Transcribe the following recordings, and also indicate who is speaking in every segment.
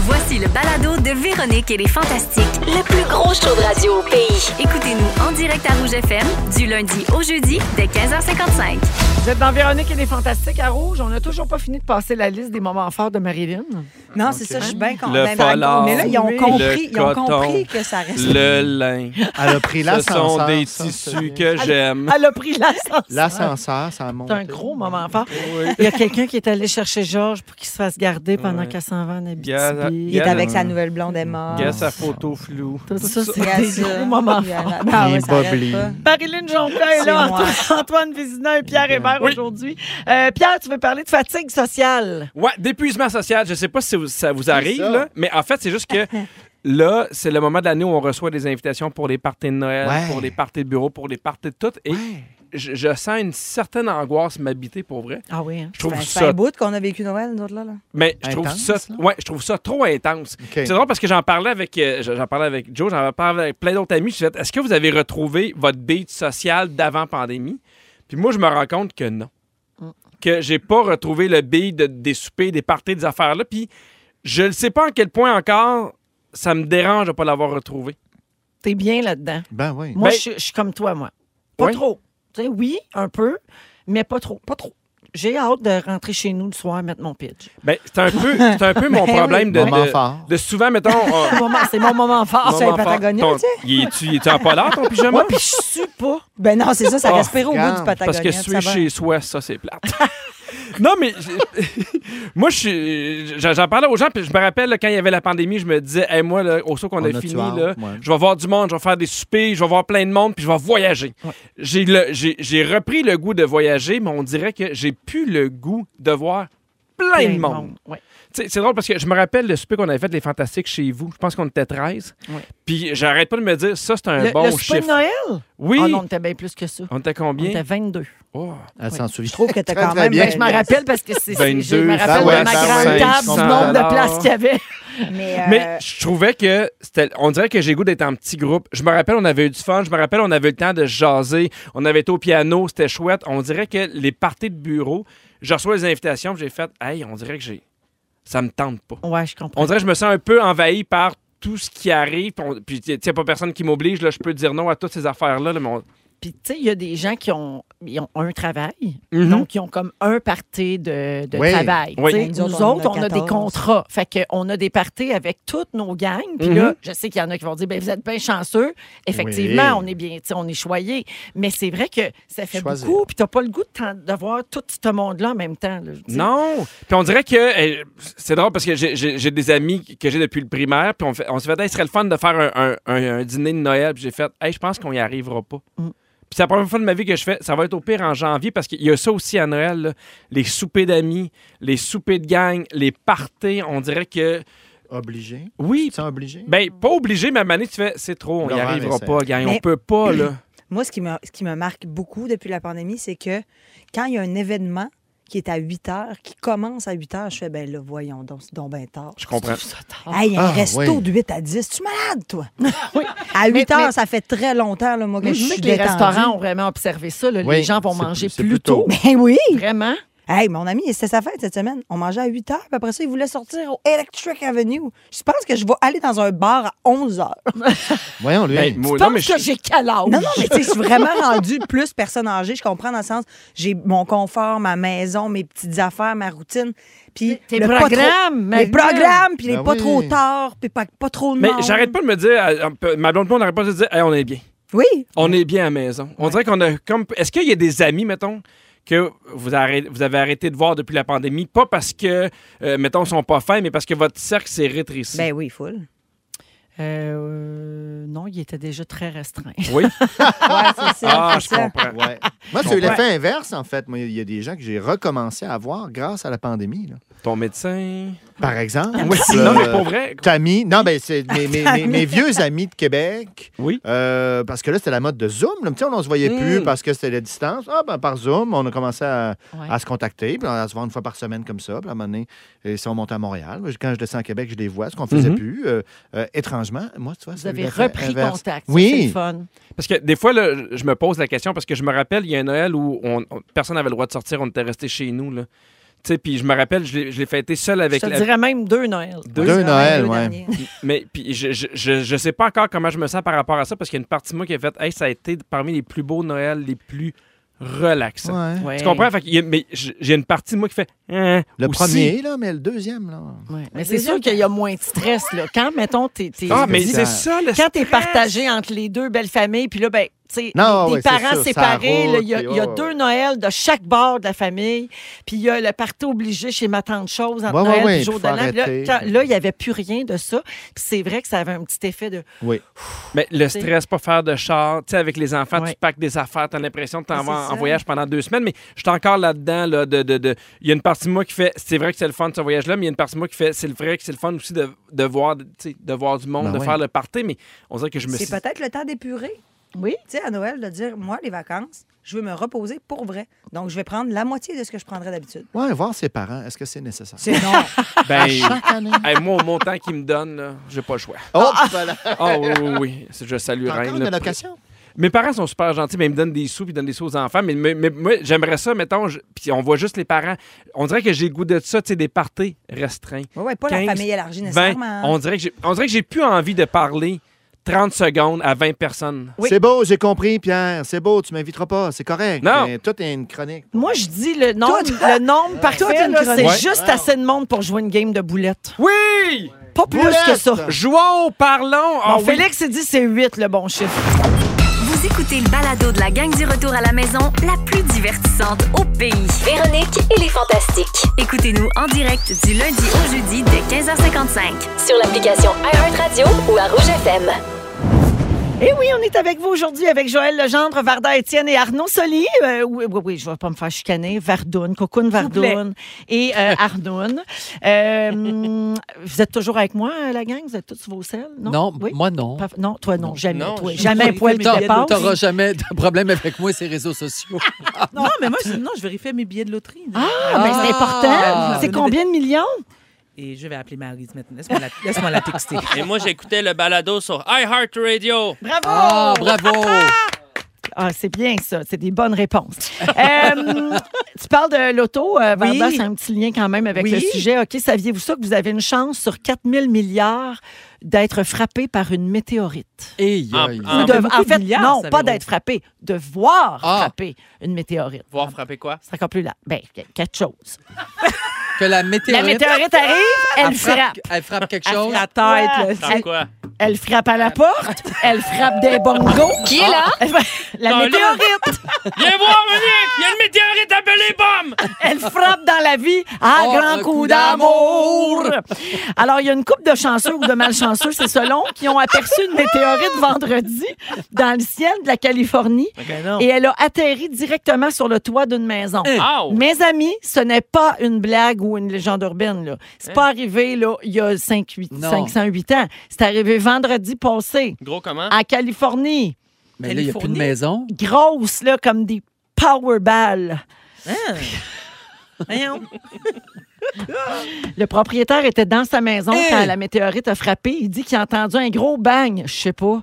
Speaker 1: Voici le balado de Véronique et les Fantastiques.
Speaker 2: Le plus gros show de radio au pays.
Speaker 1: Écoutez-nous en direct à Rouge FM du lundi au jeudi dès 15h55.
Speaker 3: Vous êtes dans Véronique et les Fantastiques à Rouge. On n'a toujours pas fini de passer la liste des moments forts de Marilyn.
Speaker 4: Non, c'est ça, je suis bien contente.
Speaker 5: Le
Speaker 4: Ben, ben,
Speaker 5: polar.
Speaker 4: mais là, ils ont
Speaker 3: Oui.
Speaker 4: compris,
Speaker 5: Le
Speaker 4: ils ont
Speaker 5: coton.
Speaker 4: compris que ça reste.
Speaker 5: Le lin.
Speaker 6: Elle a pris
Speaker 5: Ce sont
Speaker 6: l'ascenseur.
Speaker 5: des
Speaker 6: ça,
Speaker 5: tissus
Speaker 6: c'est-
Speaker 5: que j'aime.
Speaker 3: Elle a pris l'ascenseur.
Speaker 6: L'ascenseur, ça monte.
Speaker 3: C'est un gros moment fort. Il y a quelqu'un qui est allé chercher Georges pour qu'il se fasse garder pendant
Speaker 5: Ouais. uh,
Speaker 3: qu'elle s'en va en Abitibi.
Speaker 5: Yeah,
Speaker 4: Il
Speaker 5: yeah.
Speaker 4: est avec sa nouvelle blonde Emma.
Speaker 5: Il y a sa photo floue.
Speaker 3: Tout ça,
Speaker 4: Il y a
Speaker 3: c'est des
Speaker 4: ça.
Speaker 3: gros moments
Speaker 4: Il y a
Speaker 3: forts.
Speaker 4: la- Ah
Speaker 6: Il
Speaker 4: ouais,
Speaker 6: est
Speaker 4: ça arrête
Speaker 6: boblé.
Speaker 4: pas.
Speaker 3: Marilyn Jonca est
Speaker 4: C'est
Speaker 3: là,
Speaker 4: moi.
Speaker 3: Antoine, Antoine Vézina et Pierre Hébert aujourd'hui. Euh, Pierre, tu veux parler de fatigue sociale?
Speaker 5: Ouais, d'épuisement social. Je sais pas si vous- ça vous arrive,
Speaker 6: ça.
Speaker 5: là, mais en fait, c'est juste que là, c'est le moment de l'année où on reçoit des invitations pour les parties de Noël,
Speaker 6: Ouais.
Speaker 5: pour les parties de bureau, pour les parties de tout. Et je, je sens une certaine angoisse m'habiter pour vrai.
Speaker 3: Ah oui. hein?
Speaker 5: Je trouve
Speaker 4: Ben, ça fait
Speaker 5: ça.
Speaker 4: un bout qu'on a vécu Noël, nous autres, là. là.
Speaker 5: Mais je trouve
Speaker 6: Intense,
Speaker 5: ça.
Speaker 6: là?
Speaker 5: Ouais, je trouve ça trop intense.
Speaker 6: OK.
Speaker 5: C'est drôle parce que j'en parlais avec euh, j'en parlais avec Joe, j'en parlais avec plein d'autres amis. Je me suis fait, est-ce que vous avez retrouvé votre beat social d'avant pandémie? Puis moi, je me rends compte que non.
Speaker 6: Mm.
Speaker 5: Que j'ai pas retrouvé le beat de- des soupers, des parties, des affaires-là. Puis je ne sais pas à quel point encore ça me dérange de pas l'avoir retrouvé.
Speaker 3: T'es bien là-dedans.
Speaker 6: Ben oui.
Speaker 3: Moi,
Speaker 5: Ben-
Speaker 3: je, je suis comme toi, moi. Pas
Speaker 5: Oui.
Speaker 3: trop. Tu sais, oui, un peu, mais pas trop. Pas trop. J'ai hâte de rentrer chez nous le soir et mettre mon pitch.
Speaker 5: Ben, c'est un peu, c'est un peu mon
Speaker 4: Ben oui.
Speaker 5: problème de,
Speaker 6: Moment
Speaker 5: de-
Speaker 6: fort.
Speaker 5: de souvent, mettons. on-
Speaker 3: C'est mon moment- C'est mon moment fort.
Speaker 5: moment
Speaker 4: c'est
Speaker 5: fort.
Speaker 4: Patagonia,
Speaker 5: Ton-
Speaker 4: tu sais.
Speaker 5: Il est-tu il est-tu en polar, ton pyjama?
Speaker 3: Moi, puis je suis pas.
Speaker 4: Ben non, c'est ça, ça
Speaker 5: Oh,
Speaker 4: respire au bout
Speaker 6: Ah, regarde.
Speaker 4: du
Speaker 5: Parce
Speaker 4: Patagonia.
Speaker 5: que
Speaker 4: ça
Speaker 5: suis
Speaker 4: va.
Speaker 5: chez soi, ça, c'est plate. non, mais j'ai- moi, je suis- j'en j'en parlais aux gens, puis je me rappelle, là, quand il y avait la pandémie, je me disais, hey, moi, là, au saut qu'on
Speaker 6: On
Speaker 5: a,
Speaker 6: a-tu
Speaker 5: fini,
Speaker 6: hâte,
Speaker 5: là,
Speaker 6: ouais.
Speaker 5: je vais voir du monde, je vais faire des soupers, je vais voir plein de monde, puis je vais voyager. J'ai le- J'ai j'ai repris le goût de voyager, mais on dirait que j'ai plus le goût de voir plein, de monde.
Speaker 3: Ouais.
Speaker 5: Tu sais, C'est drôle parce que je me rappelle le souper qu'on avait fait les Fantastiques chez vous. Je pense qu'on était 13.
Speaker 3: Ouais.
Speaker 5: Puis j'arrête pas de me dire, ça, c'est un
Speaker 3: Le,
Speaker 5: bon
Speaker 3: le souper de
Speaker 5: chiffre.
Speaker 3: Noël?
Speaker 5: Oui,
Speaker 3: Ah non, on était bien plus que ça.
Speaker 5: on était
Speaker 3: On était
Speaker 5: combien?
Speaker 3: 22.
Speaker 5: Oh.
Speaker 3: Ah,
Speaker 6: Elle s'en souvient. Je
Speaker 4: trouve que t'as quand même
Speaker 3: Ben, je m'en rappelle parce que c'est. c'est- Je
Speaker 5: 22,
Speaker 3: me rappelle de ma
Speaker 6: 100,
Speaker 3: grande table, du
Speaker 6: 500
Speaker 3: nombre de places qu'il y avait.
Speaker 4: Mais, euh,
Speaker 5: Mais je trouvais que c'était. On dirait que j'ai goût d'être en petit groupe. Je me rappelle, on avait eu du fun. Je me rappelle, on avait eu le temps de se jaser. On avait été au piano. C'était chouette. On dirait que les parties de bureau, je reçois les invitations. puis J'ai fait, hey, on dirait que j'ai. Ça me tente pas.
Speaker 3: Ouais,
Speaker 4: euh,
Speaker 3: je
Speaker 5: On
Speaker 3: comprends.
Speaker 5: dirait que je me sens un peu envahi par tout ce qui arrive. Puis, on- puis il n'y a pas personne qui m'oblige. Là, je peux dire non à toutes ces affaires-là. là, mais on-
Speaker 3: Puis, tu sais, il y a des gens qui ont, ils ont un travail,
Speaker 5: Mhm.
Speaker 3: donc ils ont comme un party de, de
Speaker 6: Oui.
Speaker 3: travail.
Speaker 5: Oui.
Speaker 3: Tu sais,
Speaker 4: Nous
Speaker 3: Nous,
Speaker 4: autres, on
Speaker 3: autres,
Speaker 4: en a
Speaker 3: on a des
Speaker 4: 14.
Speaker 3: contrats. Fait qu'on a des parties avec toutes nos gangs. Puis
Speaker 6: Mhm.
Speaker 3: là, je sais qu'il y en a qui vont dire, ben, vous êtes bien chanceux. Effectivement,
Speaker 6: Oui.
Speaker 3: on est bien, tu sais, on est choyé. Mais c'est vrai que ça fait
Speaker 6: Choisir.
Speaker 3: beaucoup. Puis, t'as pas le goût de, t'en- de voir tout ce monde-là en même temps. là, tu sais.
Speaker 5: Non! Puis on dirait que. euh, c'est drôle parce que j'ai- j'ai j'ai des amis que j'ai depuis le primaire. Puis on, fait- on s'est fait, hey, ce serait le fun de faire un, un- un- un dîner de Noël. Puis j'ai fait, hey, je pense qu'on y arrivera pas.
Speaker 3: Mm.
Speaker 5: Puis c'est la première fois de ma vie que je fais, ça va être au pire en janvier parce qu'il y a ça aussi à Noël, là. les soupers d'amis, les soupers de gang, les parties. On dirait que.
Speaker 6: Obligé.
Speaker 5: Oui!
Speaker 6: Tu te sens obligé?
Speaker 5: Ben, pas obligé, mais à un moment donné, tu fais, c'est trop, on n'y
Speaker 6: Non,
Speaker 5: arrivera
Speaker 6: mais c'est-
Speaker 5: pas, gang, on
Speaker 4: Mais-
Speaker 5: peut pas, là.
Speaker 4: moi, ce qui, me, ce qui me marque beaucoup depuis la pandémie, c'est que quand il y a un événement qui est à 8 heures, qui commence à 8 heures, je fais, ben là, voyons donc, c'est donc bien tard.
Speaker 5: Je comprends.
Speaker 4: Hey, un
Speaker 6: Ah,
Speaker 4: resto
Speaker 6: oui.
Speaker 4: de 8 à 10. Tu es malade, toi? À 8 heures, ça fait très longtemps, là, moi, que
Speaker 3: Mais
Speaker 4: je
Speaker 3: je
Speaker 4: suis
Speaker 3: sais que les
Speaker 4: détendue.
Speaker 3: restaurants ont vraiment observé ça. là.
Speaker 6: Oui,
Speaker 3: les gens vont
Speaker 6: c'est
Speaker 3: manger
Speaker 6: plus- c'est
Speaker 3: plus,
Speaker 6: plus
Speaker 3: tôt.
Speaker 6: tôt.
Speaker 4: Ben oui!
Speaker 3: Oh! Vraiment?
Speaker 4: Hey, mon ami, c'était sa fête cette semaine. On mangeait à 8 heures, puis après ça, il voulait sortir au Electric Avenue. Je pense que je vais aller dans un bar à 11 heures.
Speaker 6: Voyons, lui.
Speaker 5: Hey, Ben, moi,
Speaker 3: Je
Speaker 5: non,
Speaker 3: pense
Speaker 5: mais je-
Speaker 3: que j'ai quel âge?
Speaker 4: Non, non, mais tu sais, je suis vraiment rendue plus personne âgée. Je comprends dans le sens, j'ai mon confort, ma maison, mes petites affaires, ma routine. Puis
Speaker 3: Tes
Speaker 4: le pas trop-
Speaker 3: programmes,
Speaker 4: Les
Speaker 3: Marie-Jeanne.
Speaker 4: programmes, puis les
Speaker 6: Ben
Speaker 4: pas
Speaker 6: oui.
Speaker 4: trop tard, puis pas, pas trop de
Speaker 5: Mais
Speaker 4: monde.
Speaker 5: j'arrête pas de me dire, euh, euh, ma blonde, on n'arrête pas de se dire, hey, on est bien.
Speaker 4: Oui.
Speaker 5: On est bien à la maison. On dirait qu'on a comme. Est-ce qu'il y a des amis, mettons, que vous, arrêtez- vous avez arrêté de voir depuis la pandémie? Pas parce que, euh, mettons, ils sont pas fins, mais parce que votre cercle s'est rétréci.
Speaker 4: Ben oui, full.
Speaker 3: Euh, euh, non, il était déjà très restreint.
Speaker 5: Oui.
Speaker 4: Ouais, c'est ça.
Speaker 5: Ah,
Speaker 4: c'est
Speaker 5: je
Speaker 4: ça.
Speaker 5: comprends.
Speaker 6: Ouais. Moi, c'est l'effet inverse, en fait. Moi, il y a des gens que j'ai recommencé à voir grâce à la pandémie. là.
Speaker 5: Ton médecin.
Speaker 6: Par exemple.
Speaker 5: Oui,
Speaker 6: euh,
Speaker 5: non, mais pour vrai.
Speaker 6: Tammy. Non, ben, c'est mes, mes- mes- mes vieux amis de Québec.
Speaker 5: Oui.
Speaker 6: Euh, parce que là, c'était la mode de Zoom. là. Tu sais, on ne se voyait
Speaker 5: Mm.
Speaker 6: plus parce que c'était la distance. Ah, ben, par Zoom, on a commencé à,
Speaker 3: Ouais.
Speaker 6: à se contacter, puis à se voir une fois par semaine comme ça. Puis à un moment donné, euh, ils sont montés à Montréal. Moi, Quand je descends à Québec, je les vois, ce qu'on faisait
Speaker 5: Mhm.
Speaker 6: plus. Euh, euh, étrangement, moi, tu vois,
Speaker 3: Vous
Speaker 6: ça
Speaker 3: avez
Speaker 6: l'a fait
Speaker 3: repris
Speaker 6: inverse.
Speaker 3: contact. Ça, C'est le
Speaker 6: Oui.
Speaker 3: fun.
Speaker 5: Parce que des fois, là, je me pose la question, parce que je me rappelle, il y a un Noël où on- on- personne n'avait le droit de sortir, on était resté chez nous. Là. Tu sais, puis je me rappelle, je l'ai je l'ai fêté seul avec
Speaker 3: je te
Speaker 5: la-
Speaker 3: dirais même deux Noël.
Speaker 5: Deux
Speaker 6: Deux Noël,
Speaker 4: deux
Speaker 6: ouais.
Speaker 4: derniers.
Speaker 5: Mais puis je, je, je, je sais pas encore comment je me sens par rapport à ça parce qu'il y a une partie de moi qui a fait Hey, ça a été parmi les plus beaux Noëls, les plus relaxants.
Speaker 6: Ouais.
Speaker 3: Ouais.
Speaker 5: Tu comprends? Fait qu'il y a- mais j- j'ai une partie de moi qui fait Hein,
Speaker 6: Le
Speaker 5: aussi.
Speaker 6: premier, là, mais le deuxième, là.
Speaker 3: Ouais. Mais
Speaker 4: Le
Speaker 3: c'est sûr
Speaker 4: deuxième-
Speaker 3: qu'il y a moins de stress. Là. Quand, mettons, t'es. t'es-
Speaker 5: Ah, mais
Speaker 6: spécial.
Speaker 5: c'est ça le
Speaker 3: quand t'es
Speaker 5: stress.
Speaker 3: partagé entre les deux belles familles, puis là, ben, tu sais,
Speaker 6: Non,
Speaker 3: les-
Speaker 6: ouais,
Speaker 3: les
Speaker 6: c'est
Speaker 3: parents
Speaker 6: sûr, ça
Speaker 3: séparés, là, il y a,
Speaker 6: roule,
Speaker 3: il y a
Speaker 6: puis, ouais,
Speaker 3: deux Noëls de chaque bord de la famille, puis il y a le party obligé chez ma tante chose entre
Speaker 6: Ouais, ouais,
Speaker 3: Noël et
Speaker 6: ouais,
Speaker 3: le jour
Speaker 6: puis
Speaker 3: de
Speaker 6: faut
Speaker 3: l'an. Puis là,
Speaker 6: arrêter.
Speaker 3: quand- Là, il n'y avait plus rien de ça, puis c'est vrai que ça avait un petit effet de...
Speaker 6: Oui.
Speaker 5: Mais le stress, pas faire de char. Tu sais, avec les enfants,
Speaker 3: Ouais.
Speaker 5: tu packes des affaires, t'as l'impression que t'en
Speaker 4: C'est
Speaker 5: vas en
Speaker 4: ça.
Speaker 5: voyage pendant deux semaines, mais je suis encore là-dedans. là, de, de, de- Il y a une partie de moi qui fait c'est vrai que c'est le fun de ce voyage-là, mais il y a une partie de moi qui fait c'est le vrai que c'est le fun aussi de, de, voir, tu sais, de voir du monde,
Speaker 6: Ben
Speaker 5: de
Speaker 6: ouais.
Speaker 5: faire le party, mais on dirait que je me suis.
Speaker 4: C'est peut-être le temps d'épurer.
Speaker 3: Oui.
Speaker 4: Tu sais, à Noël, de dire, moi, les vacances, je veux me reposer pour vrai. Donc, je vais prendre la moitié de ce que je prendrais d'habitude.
Speaker 6: Ouais, voir ses parents, est-ce que c'est nécessaire?
Speaker 4: C'est non.
Speaker 5: Ben,
Speaker 6: Chaque année.
Speaker 5: hey, moi, au montant qu'il me donne, là, j'ai pas le choix.
Speaker 6: Oh,
Speaker 4: Ah,
Speaker 6: voilà. T'as
Speaker 5: Oh oui, oui, oui. C'est- Je salue
Speaker 6: encore
Speaker 5: Reine.
Speaker 6: une
Speaker 5: là.
Speaker 6: allocation?
Speaker 5: Mes parents sont super gentils, mais ils me donnent des sous, puis ils donnent des sous aux enfants. Mais, mais- mais moi, j'aimerais ça, mettons, je- puis on voit juste les parents. On dirait que j'ai le goût de ça, tu sais, des parties restreints.
Speaker 4: Ouais, ouais, pas
Speaker 5: 15,
Speaker 4: la famille élargie
Speaker 5: 20,
Speaker 4: nécessairement. hein.
Speaker 5: on dirait que j'ai- on dirait que j'ai plus envie de parler 30 secondes à 20 personnes.
Speaker 3: Oui.
Speaker 6: C'est beau, j'ai compris, Pierre. C'est beau, tu m'inviteras pas. C'est correct.
Speaker 5: Non.
Speaker 6: Mais tout est une chronique.
Speaker 3: Moi, je dis le nombre,
Speaker 4: Tout-
Speaker 3: le nombre parfait,
Speaker 4: une
Speaker 3: là,
Speaker 4: chronique.
Speaker 3: c'est
Speaker 5: Ouais.
Speaker 3: juste assez de monde pour jouer une game de boulettes.
Speaker 5: Oui!
Speaker 3: Pas plus
Speaker 6: Boulettes!
Speaker 3: que ça.
Speaker 5: Jouons, parlons.
Speaker 3: Bon,
Speaker 5: Ah oui.
Speaker 3: Félix, il dit c'est 8 le bon chiffre.
Speaker 1: Vous écoutez le balado de la gang du retour à la maison, la plus divertissante au pays.
Speaker 2: Véronique et les Fantastiques.
Speaker 1: Écoutez-nous en direct du lundi au jeudi dès 15h55.
Speaker 2: Sur l'application iHeartRadio ou à Rouge FM.
Speaker 3: Et Eh oui, on est avec vous aujourd'hui avec Joël Legendre, Varda Étienne et Arnaud Soli. Euh, oui, oui, oui, je vais pas me faire chicaner. Vardoun, Cocoon Vardoun et euh, Arnoun. Euh, hum, vous êtes toujours avec moi, la gang? Vous êtes tous sur vos selles? Non, Oui?
Speaker 7: moi non.
Speaker 3: Parf- Non, toi, non, jamais.
Speaker 7: Non,
Speaker 3: toi.
Speaker 7: je-
Speaker 3: Jamais un poil qui
Speaker 7: T'as-
Speaker 3: dépasse.
Speaker 7: T'auras jamais de problème avec moi et ces réseaux sociaux.
Speaker 8: Non, mais moi, je, non, je vérifiais mes billets de loterie. là.
Speaker 3: Ah, ben, c'est important.
Speaker 7: Ah.
Speaker 3: C'est combien de millions?
Speaker 8: Et je vais appeler Maryse maintenant. Laisse-moi la, laisse-moi la texter.
Speaker 9: Et moi, j'écoutais le balado sur iHeartRadio.
Speaker 3: Bravo!
Speaker 7: Ah, bravo!
Speaker 3: Oh! Ah, c'est bien ça. C'est des bonnes réponses. Euh, tu parles de l'auto, euh, Varda,
Speaker 8: Oui.
Speaker 3: c'est un petit lien quand même avec
Speaker 8: Oui.
Speaker 3: le sujet. OK, saviez-vous ça que vous avez une chance sur 4 000 milliards d'être frappé par une météorite?
Speaker 7: Et
Speaker 9: En- en-
Speaker 3: Ou de-
Speaker 8: fait, beaucoup
Speaker 3: en
Speaker 8: de
Speaker 3: fait,
Speaker 8: milliards,
Speaker 3: non,
Speaker 8: savez-vous.
Speaker 3: pas d'être frappé, de voir
Speaker 7: Ah.
Speaker 3: frapper une météorite.
Speaker 9: Voir frapper quoi?
Speaker 3: C'est encore plus là. Ben, quatre choses.
Speaker 7: que
Speaker 3: La
Speaker 7: la météorite,
Speaker 3: météorite arrive, elle
Speaker 7: elle frappe,
Speaker 3: frappe.
Speaker 7: elle frappe quelque
Speaker 8: Elle
Speaker 7: chose.
Speaker 8: la tête, là. Euh,
Speaker 9: Frapper quoi?
Speaker 3: Elle frappe à la porte, elle frappe des bongos.
Speaker 2: Qui est là?
Speaker 3: La
Speaker 9: Dans
Speaker 3: météorite,
Speaker 9: Viens voir, Monique! Il y a une météorite appelée bombe!
Speaker 3: elle frappe dans la vie à
Speaker 7: Oh,
Speaker 3: grands
Speaker 7: un
Speaker 3: coups
Speaker 7: coup
Speaker 3: d'amour.
Speaker 7: d'amour.
Speaker 3: Alors, il y a une coupe de chanceux ou de malchanceux, c'est selon, qui ont aperçu une météorite vendredi dans le ciel de la Californie
Speaker 8: Ben non.
Speaker 3: et elle a atterri directement sur le toit d'une maison.
Speaker 7: Eh.
Speaker 9: Ow!
Speaker 3: Mes amis, ce n'est pas une blague ou une légende urbaine. là.
Speaker 9: Eh.
Speaker 3: C'est pas arrivé là, il y a 5, 8,
Speaker 7: Non.
Speaker 3: 508 ans. C'est arrivé vendredi passé
Speaker 9: Gros comment?
Speaker 3: à Californie.
Speaker 7: Mais là, il n'y a plus de
Speaker 8: Californie.
Speaker 7: maison.
Speaker 3: Grosse, là, comme des powerballs.
Speaker 8: Hein? Voyons. Ah,
Speaker 3: Le propriétaire était dans sa maison
Speaker 7: Hey!
Speaker 3: quand la météorite a frappé. Il dit qu'il a entendu un gros bang, je sais pas.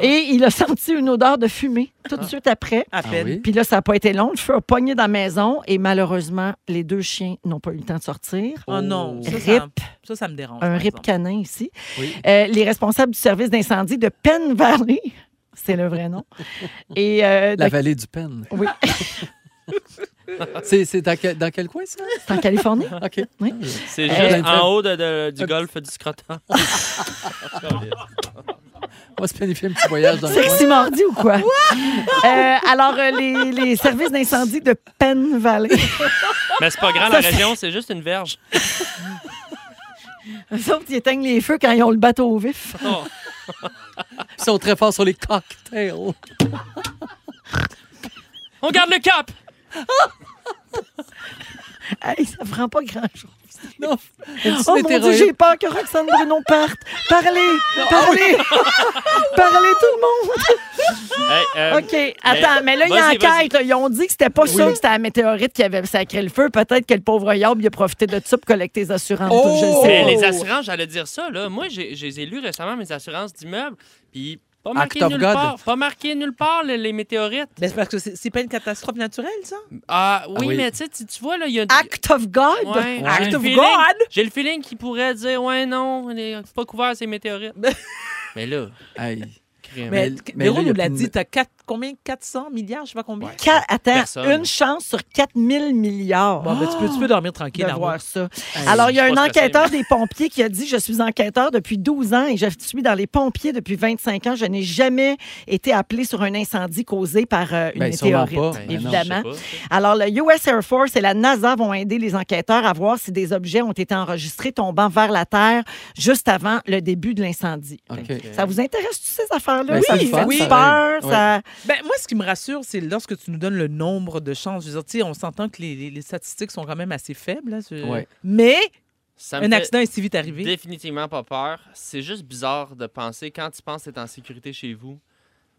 Speaker 3: Et il a senti une odeur de fumée tout de suite après.
Speaker 8: Ah. À peine.
Speaker 7: oui?
Speaker 3: Puis là, ça n'a pas été long. Le feu a pogné dans la maison et malheureusement, les deux chiens n'ont pas eu le temps de sortir.
Speaker 8: Oh non, ça, ça,
Speaker 3: Rip.
Speaker 8: ça, ça me dérange.
Speaker 3: Un
Speaker 8: par
Speaker 3: rip
Speaker 8: exemple.
Speaker 3: canin ici.
Speaker 7: Oui.
Speaker 3: Euh, les responsables du service d'incendie de Penn Valley, c'est le vrai nom, et euh, de-
Speaker 7: La vallée du Pen.
Speaker 3: Oui.
Speaker 7: C'est c'est dans, quel- dans quel coin, ça?
Speaker 3: c'est en Californie.
Speaker 7: OK.
Speaker 3: Oui.
Speaker 9: C'est
Speaker 7: Euh,
Speaker 9: juste en haut de- de- du golfe du Scrotum.
Speaker 7: On va se planifier un petit voyage dans le coin.
Speaker 3: C'est mardi ou quoi? Euh, alors, euh, les, les services d'incendie de Penn Valley
Speaker 9: Mais c'est pas grand, la région, c'est juste une verge.
Speaker 3: Eux autres, ils éteignent les feux quand ils ont le bateau au vif.
Speaker 9: Oh.
Speaker 7: Ils sont très forts sur les cocktails.
Speaker 9: On garde le cap!
Speaker 3: Hey, ça prend pas grand-chose.
Speaker 7: Non, une petite
Speaker 3: Oh mon Dieu,
Speaker 7: météorite.
Speaker 3: j'ai peur que Roxane Bruno parte. Parlez, parlez, parlez tout
Speaker 9: Hey,
Speaker 3: le
Speaker 9: euh,
Speaker 3: monde. OK, attends, mais là, il y a
Speaker 9: vas-y, vas-y.
Speaker 3: enquête. là. Ils ont dit que c'était pas sûr que c'était la météorite qui avait sacré le feu. Peut-être que le pauvre Yob, il a profité de ça pour collecter les assurances.
Speaker 7: Oh!
Speaker 3: Je le sais
Speaker 9: Mais
Speaker 3: pas.
Speaker 9: les assurances, j'allais dire ça, là. Moi, j'ai j'ai lu récemment mes assurances d'immeubles, puis Pas marqué
Speaker 7: Act of
Speaker 9: nulle
Speaker 7: God.
Speaker 9: part. Pas marqué nulle part, les, les météorites.
Speaker 8: Ben, c'est parce que c'est c'est pas une catastrophe naturelle, ça?
Speaker 9: Ah oui,
Speaker 5: oui.
Speaker 9: mais tu sais, tu- tu vois, là, il y a...
Speaker 3: Act of God.
Speaker 9: Ouais, j'ai
Speaker 3: Act
Speaker 9: le
Speaker 3: of
Speaker 9: feeling-
Speaker 3: God.
Speaker 9: J'ai le feeling qu'il pourrait dire, ouais, non, les- c'est pas couvert, ces météorites. mais là,
Speaker 7: Aïe.
Speaker 9: crème.
Speaker 8: Mais,
Speaker 7: mais
Speaker 8: Véro
Speaker 7: là, il y a
Speaker 8: nous l'a
Speaker 7: plus de-
Speaker 8: dit, t'as quatre, combien? 400 milliards, je sais pas combien.
Speaker 3: Qua- attends,
Speaker 9: Personne.
Speaker 3: une chance sur 4000 milliards. Ah,
Speaker 8: Bon, ben, tu, peux, tu peux dormir
Speaker 3: de
Speaker 8: tranquille. Arnaud.
Speaker 3: voir ça. Alors, il y a un
Speaker 9: je suis pas stressé,
Speaker 3: enquêteur des pompiers qui a dit Je suis enquêteur depuis 12 ans et je suis dans les pompiers depuis 25 ans. Je n'ai jamais été appelé sur un incendie causé par euh, une
Speaker 7: Ben, sûrement
Speaker 3: météorite,
Speaker 7: pas. Ben, non,
Speaker 3: évidemment.
Speaker 9: je sais pas.
Speaker 3: Alors, le US Air Force et la NASA vont aider les enquêteurs à voir si des objets ont été enregistrés tombant vers la Terre juste avant le début de l'incendie.
Speaker 7: OK.
Speaker 3: Ça vous intéresse, toutes ces affaires-là?
Speaker 7: Ben,
Speaker 3: ça
Speaker 7: c'est
Speaker 3: vous
Speaker 7: le
Speaker 3: fait
Speaker 7: fun, ça.
Speaker 3: peur?
Speaker 7: Ouais.
Speaker 3: ça-
Speaker 8: Ben, moi, ce qui me rassure, c'est lorsque tu nous donnes le nombre de chances. Je veux dire, tu sais, on s'entend que les, les- les statistiques sont quand même assez faibles. là, je-
Speaker 7: Ouais.
Speaker 8: Mais
Speaker 9: Ça me
Speaker 8: un
Speaker 9: fait
Speaker 8: accident est si vite arrivé.
Speaker 9: Définitivement pas peur. C'est juste bizarre de penser, quand tu penses être en sécurité chez vous,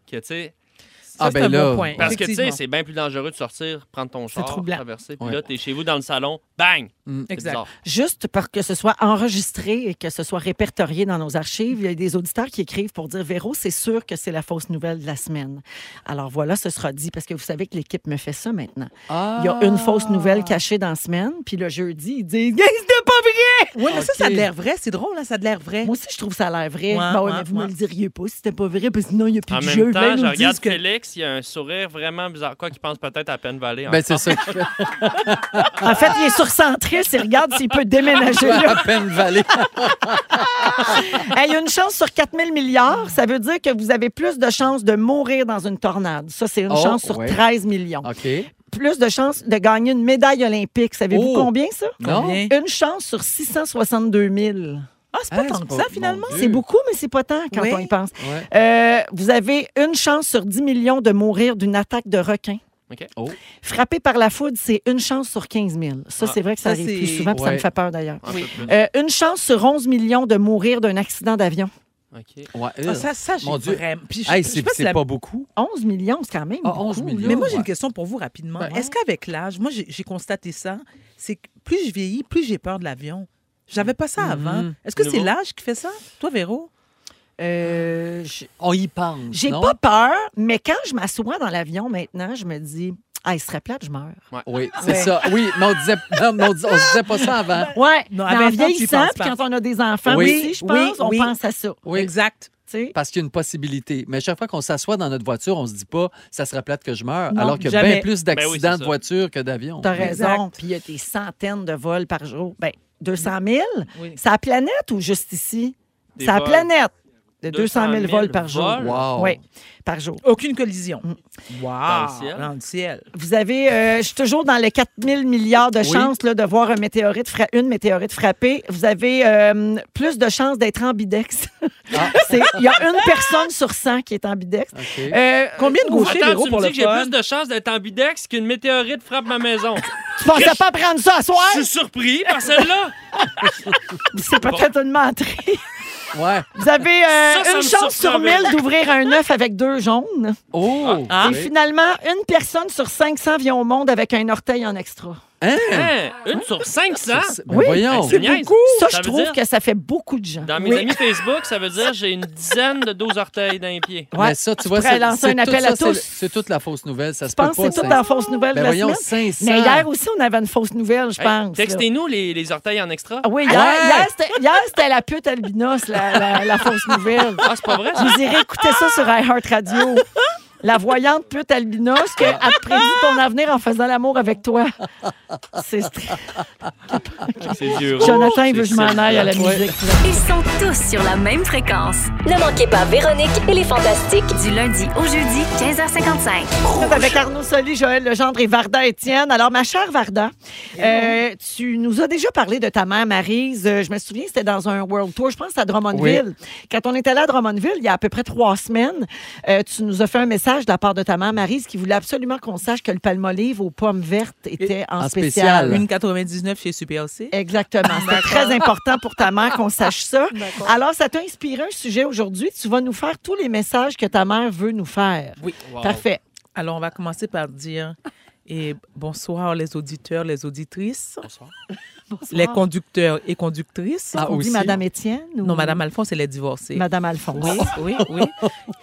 Speaker 9: que tu sais.
Speaker 8: Ça,
Speaker 7: Ah,
Speaker 8: c'est
Speaker 7: ben
Speaker 8: un
Speaker 7: là.
Speaker 8: bon point.
Speaker 9: Parce que tu sais,
Speaker 8: effectivement.
Speaker 9: c'est bien plus dangereux de sortir, prendre ton char,
Speaker 3: troublant.
Speaker 9: traverser, puis
Speaker 7: Ouais. Mm.
Speaker 9: là, t'es chez vous dans le salon, bang! C'est
Speaker 8: Exact.
Speaker 9: bizarre.
Speaker 3: juste pour que ce soit enregistré et que ce soit répertorié dans nos archives. Il y a des auditeurs qui écrivent pour dire Véro, c'est sûr que c'est la fausse nouvelle de la semaine. Alors voilà, ce sera dit parce que vous savez que l'équipe me fait ça maintenant. Il y a
Speaker 8: Ah!
Speaker 3: une fausse nouvelle cachée dans la semaine, puis le jeudi, ils disent Gang, c'était pas vrai!
Speaker 8: Oui, mais ça,
Speaker 7: Ok.
Speaker 8: ça a de l'air vrai. C'est drôle, hein, ça a de l'air vrai.
Speaker 3: Moi aussi, je trouve ça a l'air vrai.
Speaker 8: Ouais,
Speaker 3: Ben ouais,
Speaker 8: ouais,
Speaker 3: mais vous me
Speaker 8: ouais.
Speaker 3: le diriez pas si c'était pas vrai, parce que sinon, il n'y a plus
Speaker 9: En
Speaker 3: de
Speaker 9: même
Speaker 3: jeu. Là,
Speaker 9: temps,
Speaker 3: ils
Speaker 9: je
Speaker 3: nous
Speaker 9: regarde
Speaker 3: disent que-
Speaker 9: Félix, il a un sourire vraiment bizarre. Quoi qu'il pense peut-être à peine hein. Valley.
Speaker 7: Ben, c'est ça que je fais
Speaker 3: En fait, il est surcentriste, il regarde s'il peut déménager là.
Speaker 7: à peine valé.
Speaker 3: Hey, une chance sur 4000 milliards, ça veut dire que vous avez plus de chances de mourir dans une tornade. Ça, c'est une
Speaker 7: Oh,
Speaker 3: chance sur
Speaker 7: ouais.
Speaker 3: 13 millions.
Speaker 7: OK.
Speaker 3: Plus de chances de gagner une médaille olympique. Savez-vous
Speaker 7: Oh.
Speaker 3: combien, ça?
Speaker 7: Non.
Speaker 8: Combien?
Speaker 3: Une chance sur 662 000.
Speaker 8: Ah, c'est pas
Speaker 7: Ah,
Speaker 8: tant
Speaker 7: c'est
Speaker 8: que
Speaker 7: pas-
Speaker 8: ça, finalement.
Speaker 7: mon Dieu.
Speaker 3: C'est beaucoup, mais c'est pas tant quand
Speaker 8: Oui.
Speaker 3: on y pense.
Speaker 7: Ouais.
Speaker 3: Euh, vous avez une chance sur 10 millions de mourir d'une attaque de requin.
Speaker 9: OK.
Speaker 7: Oh.
Speaker 3: Frappé par la foudre, c'est une chance sur 15 000. Ça,
Speaker 9: Ah,
Speaker 3: c'est vrai que ça,
Speaker 8: ça,
Speaker 3: arrive plus
Speaker 8: c'est-
Speaker 3: souvent, puis ça me
Speaker 7: Ouais.
Speaker 3: fait peur d'ailleurs.
Speaker 9: oui.
Speaker 3: Euh, une chance sur 11 millions de mourir d'un accident d'avion.
Speaker 9: OK.
Speaker 7: Ouais.
Speaker 8: Ah, ça, ça, j'ai
Speaker 7: Mon Dieu.
Speaker 8: vraiment- Puis je-
Speaker 7: Hey,
Speaker 8: je sais
Speaker 7: c'est
Speaker 8: pas si
Speaker 7: c'est
Speaker 8: la-
Speaker 7: pas beaucoup.
Speaker 3: 11 millions, c'est quand même.
Speaker 7: Ah,
Speaker 3: beaucoup,
Speaker 7: 11
Speaker 3: là.
Speaker 7: millions.
Speaker 8: Mais moi, j'ai
Speaker 7: Ouais.
Speaker 8: une question pour vous rapidement.
Speaker 7: Ben,
Speaker 8: Est-ce qu'avec l'âge, moi, j'ai j'ai constaté ça, c'est que plus je vieillis, plus j'ai peur de l'avion. J'avais pas ça avant.
Speaker 7: Mhm.
Speaker 8: Est-ce que c'est
Speaker 9: Nouveau.
Speaker 8: l'âge qui fait ça? Toi, Véro?
Speaker 3: Euh, je-
Speaker 7: On y pense.
Speaker 3: J'ai
Speaker 7: non?
Speaker 3: pas peur, mais quand je m'assois dans l'avion maintenant, je me dis, ah, il serait plate, je meurs.
Speaker 7: Oui, c'est ça. Oui, mais on disait, non, mais on dis- on se disait pas ça avant.
Speaker 3: Ah, Ouais,
Speaker 8: Non, à
Speaker 3: mais en
Speaker 8: 20 ans, tu y
Speaker 3: vieillissant,
Speaker 8: penses
Speaker 3: puis
Speaker 8: pas.
Speaker 3: quand on a des enfants
Speaker 7: Oui,
Speaker 3: aussi, je pense,
Speaker 8: oui,
Speaker 3: on
Speaker 8: oui.
Speaker 3: pense à ça. Tu
Speaker 7: Oui.
Speaker 8: Exact.
Speaker 3: sais?
Speaker 7: Parce qu'il y a une possibilité. Mais chaque fois qu'on s'assoit dans notre voiture, on se dit pas, ça serait plate que je meure,
Speaker 8: Non,
Speaker 7: alors qu'il y a
Speaker 8: jamais.
Speaker 7: bien plus
Speaker 9: Ben oui,
Speaker 7: d'accidents
Speaker 9: c'est
Speaker 7: de
Speaker 9: ça.
Speaker 7: voiture que d'avions.
Speaker 3: T'as
Speaker 8: Exact.
Speaker 3: raison. Puis il y a des centaines de vols par jour. Ben, 200 000?
Speaker 8: Oui.
Speaker 3: C'est à la planète ou juste ici?
Speaker 9: Des
Speaker 3: C'est à la
Speaker 9: vols.
Speaker 3: planète. De 200 000
Speaker 9: 200 000
Speaker 3: vols par jour.
Speaker 9: vols?
Speaker 7: Wow.
Speaker 3: Oui, par jour. Mm.
Speaker 8: Aucune collision. Wow.
Speaker 9: Dans le ciel.
Speaker 8: Dans le ciel.
Speaker 3: Vous avez, euh, je suis toujours dans les 4 000 milliards de
Speaker 7: Oui.
Speaker 3: chances là, de voir un météorite fra- une météorite frapper. Vous avez euh, plus de chances d'être ambidex.
Speaker 7: Ah.
Speaker 3: C'est- Il y a une personne sur 100 qui est ambidex.
Speaker 7: OK.
Speaker 3: Euh,
Speaker 8: Combien de gauchers,
Speaker 9: Attends,
Speaker 8: Véro,
Speaker 9: tu me
Speaker 8: pour le
Speaker 9: dis que j'ai
Speaker 8: fun?
Speaker 9: plus de chances d'être en bidex qu'une météorite frappe ma maison.
Speaker 3: tu pensais pas prendre ça à soir?
Speaker 9: Je suis surpris par celle-là.
Speaker 3: C'est peut-être une menterie.
Speaker 7: Ouais.
Speaker 3: Vous avez euh,
Speaker 9: Ça, ça
Speaker 3: une
Speaker 9: me
Speaker 3: chance sur
Speaker 9: surprend,
Speaker 3: 1000 d'ouvrir un œuf avec deux jaunes.
Speaker 7: Oh!
Speaker 8: Ah.
Speaker 3: Et
Speaker 7: Oui.
Speaker 3: finalement, une personne sur 500 vient au monde avec un orteil en extra.
Speaker 7: Hein?
Speaker 9: Hein, Une sur 500.
Speaker 7: Ben
Speaker 3: Oui.
Speaker 7: voyons.
Speaker 9: C'est niaise.
Speaker 3: Ça,
Speaker 9: Ça
Speaker 3: je
Speaker 9: veut
Speaker 3: trouve
Speaker 9: dire-
Speaker 3: que ça fait beaucoup de gens.
Speaker 9: Dans mes
Speaker 3: Oui.
Speaker 9: amis Facebook, ça veut dire j'ai une dizaine de 12 orteils dans les pieds.
Speaker 3: Ouais.
Speaker 7: Mais Ben ça, tu vois,
Speaker 3: pourrais
Speaker 7: c'est
Speaker 3: lancer
Speaker 7: c'est
Speaker 3: un
Speaker 7: tout
Speaker 3: appel
Speaker 7: ça,
Speaker 3: à
Speaker 7: c'est le-
Speaker 3: tous.
Speaker 7: C'est toute la fausse nouvelle, ça se
Speaker 3: Je pense
Speaker 7: peut
Speaker 3: que
Speaker 7: pas.
Speaker 3: c'est tout
Speaker 7: ça.
Speaker 3: en fausse nouvelle
Speaker 7: Ben
Speaker 3: de la
Speaker 7: voyons,
Speaker 3: semaine.
Speaker 7: 500.
Speaker 3: Mais hier aussi, on avait une fausse nouvelle, je
Speaker 9: Hey,
Speaker 3: pense. là.
Speaker 9: Textez-nous les, les orteils en extra.
Speaker 3: Ah oui, hier,
Speaker 7: Ouais.
Speaker 3: hier, c'était- hier, c'était la pute albinos, la, la- la fausse nouvelle.
Speaker 9: Ah, c'est pas vrai, ça?
Speaker 3: Vous irez écouter ça sur iHeartRadio. La voyante pute albinos qui a prédit ton avenir en faisant l'amour avec toi. C'est str-
Speaker 9: C'est dur.
Speaker 3: Jonathan, il veut que je m'en aille à la
Speaker 7: Ouais.
Speaker 3: musique.
Speaker 1: Ils sont tous sur la même fréquence.
Speaker 2: Ne manquez pas Véronique et les Fantastiques.
Speaker 1: Du lundi au jeudi, 15h55.
Speaker 3: Avec Arnaud Soli, Joël Legendre et Varda Étienne. Alors, ma chère Varda,
Speaker 7: Eh
Speaker 3: euh, tu nous as déjà parlé de ta mère Marise. Euh, Je me souviens, c'était dans un World Tour, je pense, à Drummondville. Quand on était là à Drummondville, il y a à peu près trois semaines, euh, tu nous as fait un message de la part de ta mère Marise qui voulait absolument qu'on sache que le palmolive aux pommes vertes était en,
Speaker 7: en
Speaker 3: spécial.
Speaker 7: spécial.
Speaker 8: Une 99 chez Super C.
Speaker 3: Exactement. C'était très important pour ta mère qu'on sache ça. Alors, ça t'a inspiré un sujet aujourd'hui. Tu vas nous faire tous les messages que ta mère veut nous faire.
Speaker 8: Oui.
Speaker 3: Parfait.
Speaker 8: Alors, on va commencer par dire et bonsoir les auditeurs, les auditrices.
Speaker 9: Bonsoir.
Speaker 8: les conducteurs et conductrices.
Speaker 7: Ah,
Speaker 3: on dit
Speaker 7: aussi.
Speaker 3: Madame Étienne ou
Speaker 8: Non, Madame Alphonse, elle est divorcée.
Speaker 3: Madame Alphonse.
Speaker 8: Oui, oui, oui.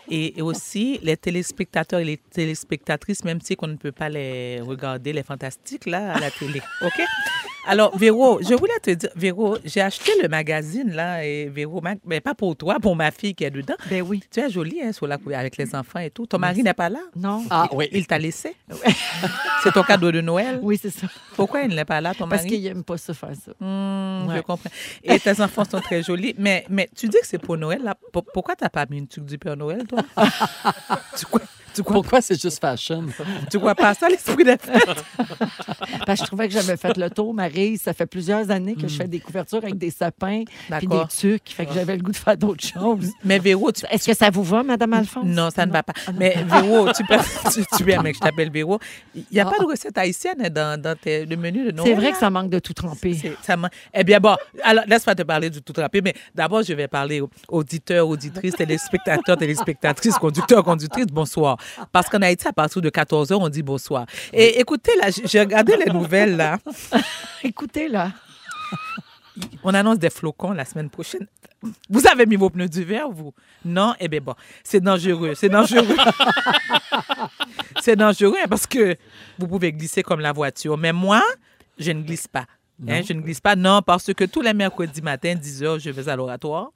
Speaker 8: Et, et aussi, les téléspectateurs et les téléspectatrices, même si qu'on ne peut pas les regarder, les fantastiques, là, à la télé. OK? Alors, Véro, je voulais te dire, Véro, j'ai acheté le magazine, là, et Véro, ma- mais pas pour toi, pour ma fille qui est dedans.
Speaker 3: Ben oui.
Speaker 8: Tu es jolie, hein, sur la cou- avec les enfants et tout. Ton mari n'est pas là?
Speaker 3: Non.
Speaker 7: Ah oui.
Speaker 8: Il t'a laissé? C'est ton cadeau de Noël?
Speaker 3: Oui, c'est ça.
Speaker 8: Pourquoi il n'est pas là, ton
Speaker 3: Parce
Speaker 8: mari?
Speaker 3: qu'il n'aime pas se faire ça.
Speaker 8: Hmm, Je
Speaker 3: Ouais.
Speaker 8: comprends. Et tes enfants sont très jolis. Mais, mais tu dis que c'est pour Noël. Là. P- Pourquoi t'as pas mis une tuque du Père Noël, toi? tu, crois, tu, crois,
Speaker 7: Pourquoi c'est juste fashion?
Speaker 8: tu crois pas ça, l'esprit de fête?
Speaker 3: Parce que je trouvais que j'avais fait le tour, Marie. Ça fait plusieurs années que je fais des couvertures avec des sapins puis des
Speaker 8: Mm. D'accord.
Speaker 3: tuques. Fait que j'avais le goût de faire d'autres choses.
Speaker 8: Mais Véro, tu...
Speaker 3: Est-ce que ça vous va, Madame Alphonse?
Speaker 8: Non, ça ne va pas.
Speaker 3: Ah,
Speaker 8: Mais Véro, tu, peux... tu, tu aimes que je t'appelle Véro. Il n'y a pas de recette haïtienne hein, dans, dans tes- le menu de Noël.
Speaker 3: Ah. C'est vrai que
Speaker 8: là.
Speaker 3: ça manque de tout tremper.
Speaker 8: C'est- Ça m'a- eh bien, bon, alors, laisse-moi te parler du tout trapé, mais d'abord, je vais parler aux auditeurs, auditrices, téléspectateurs, téléspectatrices, conducteurs, conductrices, bonsoir. Parce qu'en Haïti, à partir de 14 h on dit bonsoir. Et écoutez, là, j'ai- j'ai regardé les nouvelles, là.
Speaker 3: Écoutez, là.
Speaker 8: On annonce des flocons la semaine prochaine. Vous avez mis vos pneus d'hiver, vous? Non? Eh bien, bon, c'est dangereux, c'est dangereux. c'est dangereux hein, parce que vous pouvez glisser comme la voiture. Mais moi, je ne glisse pas. Hein, je ne glisse pas, non, parce que tous les mercredis matin, 10 h, je vais à l'oratoire.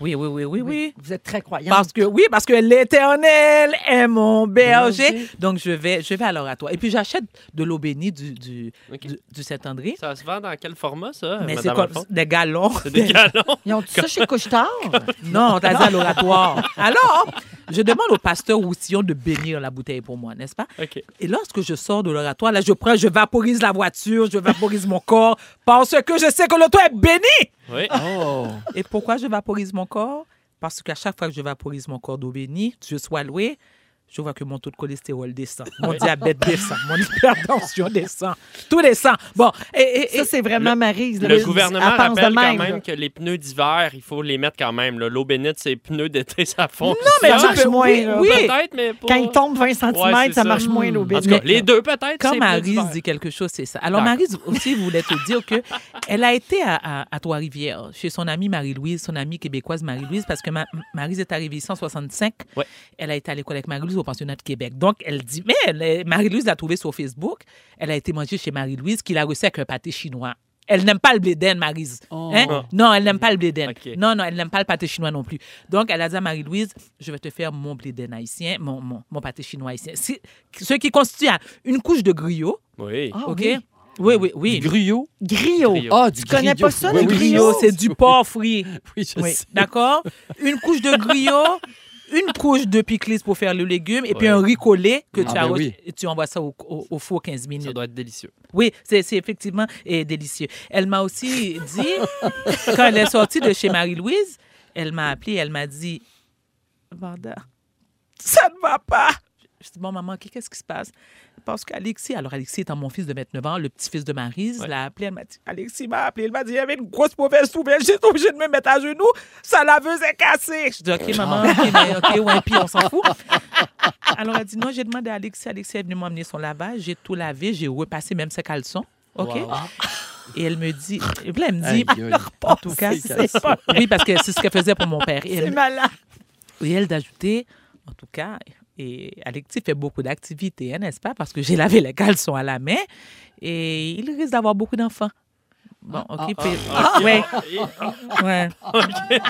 Speaker 8: Oui, oui, Ah. oui, oui, oui.
Speaker 3: Vous êtes très croyante.
Speaker 8: Parce que, oui, parce que l'éternel est mon berger.
Speaker 3: Berger.
Speaker 8: Donc, je vais, je vais à l'oratoire. Et puis, j'achète de l'eau bénie du, du,
Speaker 9: Ok.
Speaker 8: du- du Saint-André.
Speaker 9: Ça se vend dans quel format, ça,
Speaker 8: Mais c'est
Speaker 9: Madame
Speaker 8: comme
Speaker 9: Alphonse?
Speaker 8: des galons.
Speaker 9: C'est des galons.
Speaker 3: Ils ont tout ça chez Couchetard?
Speaker 8: Non, t'as dit à l'oratoire. Alors, je demande au pasteur Roussillon de bénir la bouteille pour moi, n'est-ce pas?
Speaker 9: OK.
Speaker 8: Et lorsque je sors de l'oratoire, là, je prends, je vaporise la voiture, je vaporise mon corps, parce que je sais que le toit est béni.
Speaker 9: Oui.
Speaker 7: Oh!
Speaker 8: Et pourquoi je vaporise mon corps? Parce qu'à chaque fois que je vaporise mon corps d'eau bénie, Dieu soit loué, je vois que mon taux de cholestérol descend, mon diabète descend, mon hypertension descend, tout descend. Bon, et, et- et-
Speaker 3: Ça, c'est vraiment Maryse. là.
Speaker 9: Le
Speaker 3: Elle
Speaker 9: gouvernement
Speaker 3: pense de
Speaker 9: rappelle quand
Speaker 3: là.
Speaker 9: même que les pneus d'hiver, il faut les mettre quand même. là. L'eau bénite, c'est pneus d'été, ça fond. Non,
Speaker 8: mais
Speaker 3: Ça
Speaker 8: tu
Speaker 3: marche
Speaker 8: peux-
Speaker 3: moins,
Speaker 8: oui,
Speaker 3: là.
Speaker 8: oui.
Speaker 9: Peut-être, mais pas...
Speaker 3: Quand il tombe 20 cm,
Speaker 9: Ouais, c'est
Speaker 3: ça
Speaker 9: ça.
Speaker 3: marche moins l'eau
Speaker 9: En
Speaker 3: bénie.
Speaker 9: tout cas, les deux, peut-être.
Speaker 8: Quand
Speaker 9: c'est pneus
Speaker 8: Maryse
Speaker 9: d'hiver.
Speaker 8: dit quelque chose, c'est ça. Alors,
Speaker 9: D'accord.
Speaker 8: Maryse aussi voulait te dire que elle a été à, à- à Trois-Rivières, chez son amie Marie-Louise, son amie québécoise Marie-Louise, parce que ma, Maryse est arrivée ici en 65.
Speaker 9: Ouais.
Speaker 8: Elle a été à l'école avec Marie-Louise au pensionnat de Québec. Donc, elle dit, mais elle est- Marie-Louise l'a trouvée sur Facebook. Elle a été mangée chez Marie-Louise, qui l'a reçue avec un pâté chinois. Elle n'aime pas le blé d'Inde, Maryse.
Speaker 7: Oh.
Speaker 9: Ah.
Speaker 8: Hein? Non, elle n'aime pas le blé d'Inde.
Speaker 9: Ok.
Speaker 8: Non, non, elle n'aime pas le pâté chinois non plus. Donc, elle a dit à Marie-Louise, je vais te faire mon blé d'Inde haïtien, mon, mon, mon pâté chinois haïtien. C'est- Ce qui constitue à une couche de griot,
Speaker 9: Oui.
Speaker 3: Ah,
Speaker 8: OK?
Speaker 3: oui.
Speaker 8: Oui, oui, oui.
Speaker 7: Du griot?
Speaker 3: Griot.
Speaker 9: Griot.
Speaker 7: Ah, du
Speaker 3: Tu connais
Speaker 7: griot.
Speaker 3: pas ça,
Speaker 7: Oui,
Speaker 3: le
Speaker 7: oui.
Speaker 3: griot?
Speaker 8: c'est du porc frit.
Speaker 7: Oui, je
Speaker 3: Oui.
Speaker 7: sais.
Speaker 8: D'accord? Une couche de griot, une couche de pickles pour faire le légume, et puis
Speaker 9: Ouais.
Speaker 8: un riz collé que
Speaker 7: Ah,
Speaker 8: tu, as
Speaker 7: ben
Speaker 8: re-
Speaker 7: oui.
Speaker 8: et tu envoies ça au, au- au four 15 minutes.
Speaker 9: Ça doit être délicieux.
Speaker 8: Oui, c'est c'est effectivement eh, délicieux. Elle m'a aussi dit, quand elle est sortie de chez Marie-Louise, elle m'a appelée, elle m'a dit Vanda, ça ne va pas. Je dis Bon, maman, qu'est- qu'est-ce qui se passe Parce qu'Alexis, alors Alexis étant mon fils de 29 ans, le petit-fils de Maryse,
Speaker 9: Ouais.
Speaker 8: l'a appelé, elle m'a dit Alexis m'a appelé, elle m'a dit Il y avait une grosse mauvaise nouvelle, j'étais obligée de me mettre à genoux, sa laveuse est cassée. Je dis OK, maman, OK, mais OK, ouais, puis on s'en fout. Alors, elle dit non, j'ai demandé à Alexis. Alexis est venu m'emmener son lavage. J'ai tout lavé. J'ai repassé même ses caleçons. OK? Et elle me dit, et puis là, elle me dit,
Speaker 7: Aïe, aïe.
Speaker 8: en tout cas,
Speaker 7: c'est
Speaker 8: c'est pas. Oui, parce que c'est ce qu'elle faisait pour mon père. Et
Speaker 3: C'est
Speaker 8: elle,
Speaker 3: malade.
Speaker 8: et elle d'ajouter, en tout cas, et Alexis fait beaucoup d'activités, hein, n'est-ce pas? Parce que j'ai lavé les caleçons à la main et il risque d'avoir beaucoup d'enfants. Bon, Ah, OK. puis- ouais, ouais.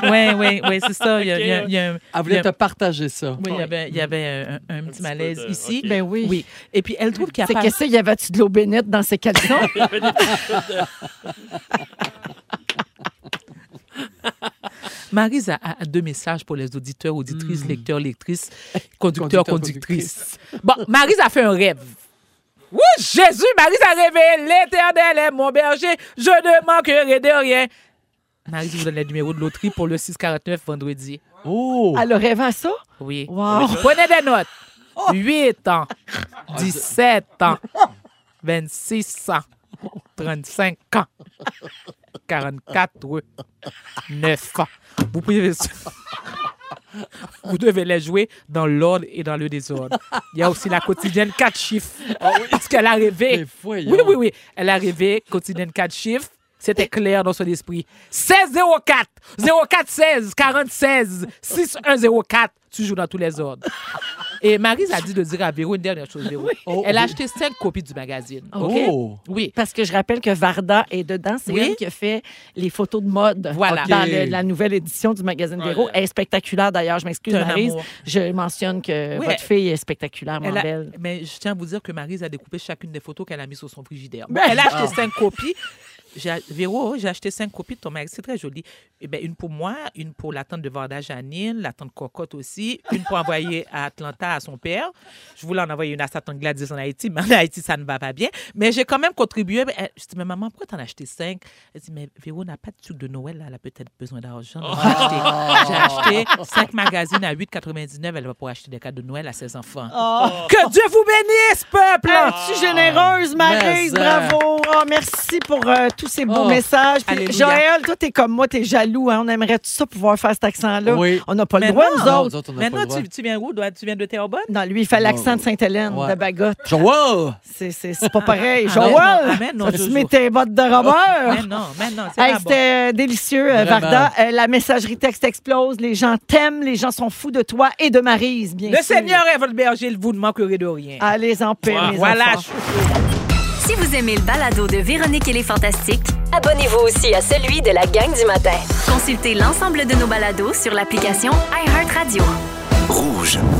Speaker 8: ouais, ouais, ouais, c'est ça. Il y a- il y a- il y a un-
Speaker 7: Elle
Speaker 8: il y
Speaker 7: voulait
Speaker 8: a-
Speaker 7: te partager ça.
Speaker 8: oui, il y avait, il y avait un, un- un petit
Speaker 9: petit peu
Speaker 8: malaise
Speaker 9: de-
Speaker 8: ici.
Speaker 9: ok.
Speaker 3: Ben oui.
Speaker 8: Oui. Et puis, elle trouve qu'il n'y a
Speaker 3: C'est
Speaker 8: pas...
Speaker 3: qu'est-ce qu'il y avait-tu de l'eau bénite dans ces caleçons?
Speaker 8: Maryse a, a- a deux messages pour les auditeurs, auditrices, lecteurs, lectrices, conducteurs,
Speaker 7: Conducteur,
Speaker 8: conductrices. Bon, Maryse a fait un rêve. Oui, Jésus, Maryse a rêvé. L'éternel est mon berger. Je ne manquerai de rien. Maryse vous donne le numéro de loterie pour le 649 vendredi.
Speaker 7: Oh!
Speaker 3: Elle aurait rêvé à ça?
Speaker 8: Oui.
Speaker 3: Wow.
Speaker 8: Prenez des notes. 8 ans, 17 ans, 26 ans, 35 ans, 44 9 ans. Vous pouvez... Vous devez les jouer dans l'ordre et dans le désordre. Il y a aussi la quotidienne 4 chiffres. Parce qu'elle arrivait.
Speaker 7: Mais voyons.
Speaker 8: Oui, oui, oui. Elle arrivait, quotidienne 4 chiffres. C'était clair dans son esprit. 16-04, 04-16, 40-16, 6-1-04. Tu joues dans tous les ordres. Et Marise a dit de dire à Véro une dernière chose, Véro. Elle a acheté cinq copies du magazine. OK?
Speaker 7: Oh.
Speaker 8: Oui.
Speaker 3: Oh, Parce que je rappelle que Varda est dedans. C'est
Speaker 8: Oui.
Speaker 3: elle qui a fait les photos de mode
Speaker 8: Voilà.
Speaker 3: dans
Speaker 7: OK.
Speaker 3: le- la nouvelle édition du magazine
Speaker 9: Ouais.
Speaker 3: Véro. Elle est spectaculaire d'ailleurs. Je m'excuse,
Speaker 8: C'est un
Speaker 3: Marise.
Speaker 8: amour.
Speaker 3: Je mentionne que
Speaker 8: Oui,
Speaker 3: votre
Speaker 8: elle-
Speaker 3: fille est spectaculairement
Speaker 8: Elle a-
Speaker 3: belle.
Speaker 8: Mais je tiens à vous dire que Marise a découpé chacune des photos qu'elle a mises sur son frigidaire. elle a acheté cinq copies. J'ai- Véro, j'ai acheté cinq copies de ton magazine. C'est très joli. Eh ben, une pour moi, une pour la tante de Varda Janine, la tante Cocotte aussi, une pour envoyer à Atlanta à son père. Je voulais en envoyer une à sa tante Gladys en Haïti, mais en Haïti, ça ne va pas bien. Mais j'ai quand même contribué. Elle- Je dis, mais maman, pourquoi t'en as acheté cinq? Elle dit, mais Véro n'a pas de sucre de Noël, là. elle a peut-être besoin d'argent. Donc, J'ai acheté, j'ai acheté cinq magazines à 8,99. Elle va pouvoir acheter des cadeaux de Noël à ses enfants. Oh. Que Dieu vous bénisse, peuple!
Speaker 3: Ah, Oh. tu généreuse, Marise,
Speaker 7: Mais, euh,
Speaker 3: bravo. Oh, merci pour euh, tous ces beaux
Speaker 7: Oh,
Speaker 3: messages. Puis,
Speaker 8: alléluia.
Speaker 3: Joël, toi, t'es comme moi, t'es jaloux. hein. On aimerait tout ça pouvoir faire cet accent-là.
Speaker 7: Oui.
Speaker 3: Oh, On n'a pas le
Speaker 8: Mais
Speaker 3: droit,
Speaker 8: non.
Speaker 3: nous
Speaker 7: Non,
Speaker 3: autres.
Speaker 7: nous autres, on n'a pas
Speaker 8: Maintenant,
Speaker 7: le droit.
Speaker 8: tu, tu viens où? Doit- Tu viens de Terrebonne?
Speaker 3: Non, lui, il fait l'accent de Sainte-Hélène,
Speaker 7: Ouais.
Speaker 3: de Bagotte.
Speaker 7: Joël!
Speaker 3: C'est- C'est c'est pas pareil.
Speaker 8: Ah, mais non,
Speaker 3: Joël,
Speaker 8: mais non,
Speaker 3: as-tu
Speaker 8: Jojo.
Speaker 3: mis tes bottes de
Speaker 8: Mais
Speaker 3: Robert?
Speaker 8: non, mais non, c'est
Speaker 3: Hey,
Speaker 8: pas bon.
Speaker 3: C'était euh, délicieux, euh,
Speaker 7: Vraiment.
Speaker 3: Varda. Euh, la messagerie texte explose. Les gens t'aiment. Les gens sont fous de toi et de Marise, bien
Speaker 8: Le
Speaker 3: sûr.
Speaker 8: Seigneur est votre berger, vous ne manquerez de rien.
Speaker 3: Allez en paix, mes
Speaker 8: voilà,
Speaker 3: enfants.
Speaker 1: Si vous aimez le balado de Véronique et les Fantastiques,
Speaker 2: Abonnez-vous aussi à celui de la gang du matin.
Speaker 1: consultez l'ensemble de nos balados sur l'application iHeartRadio.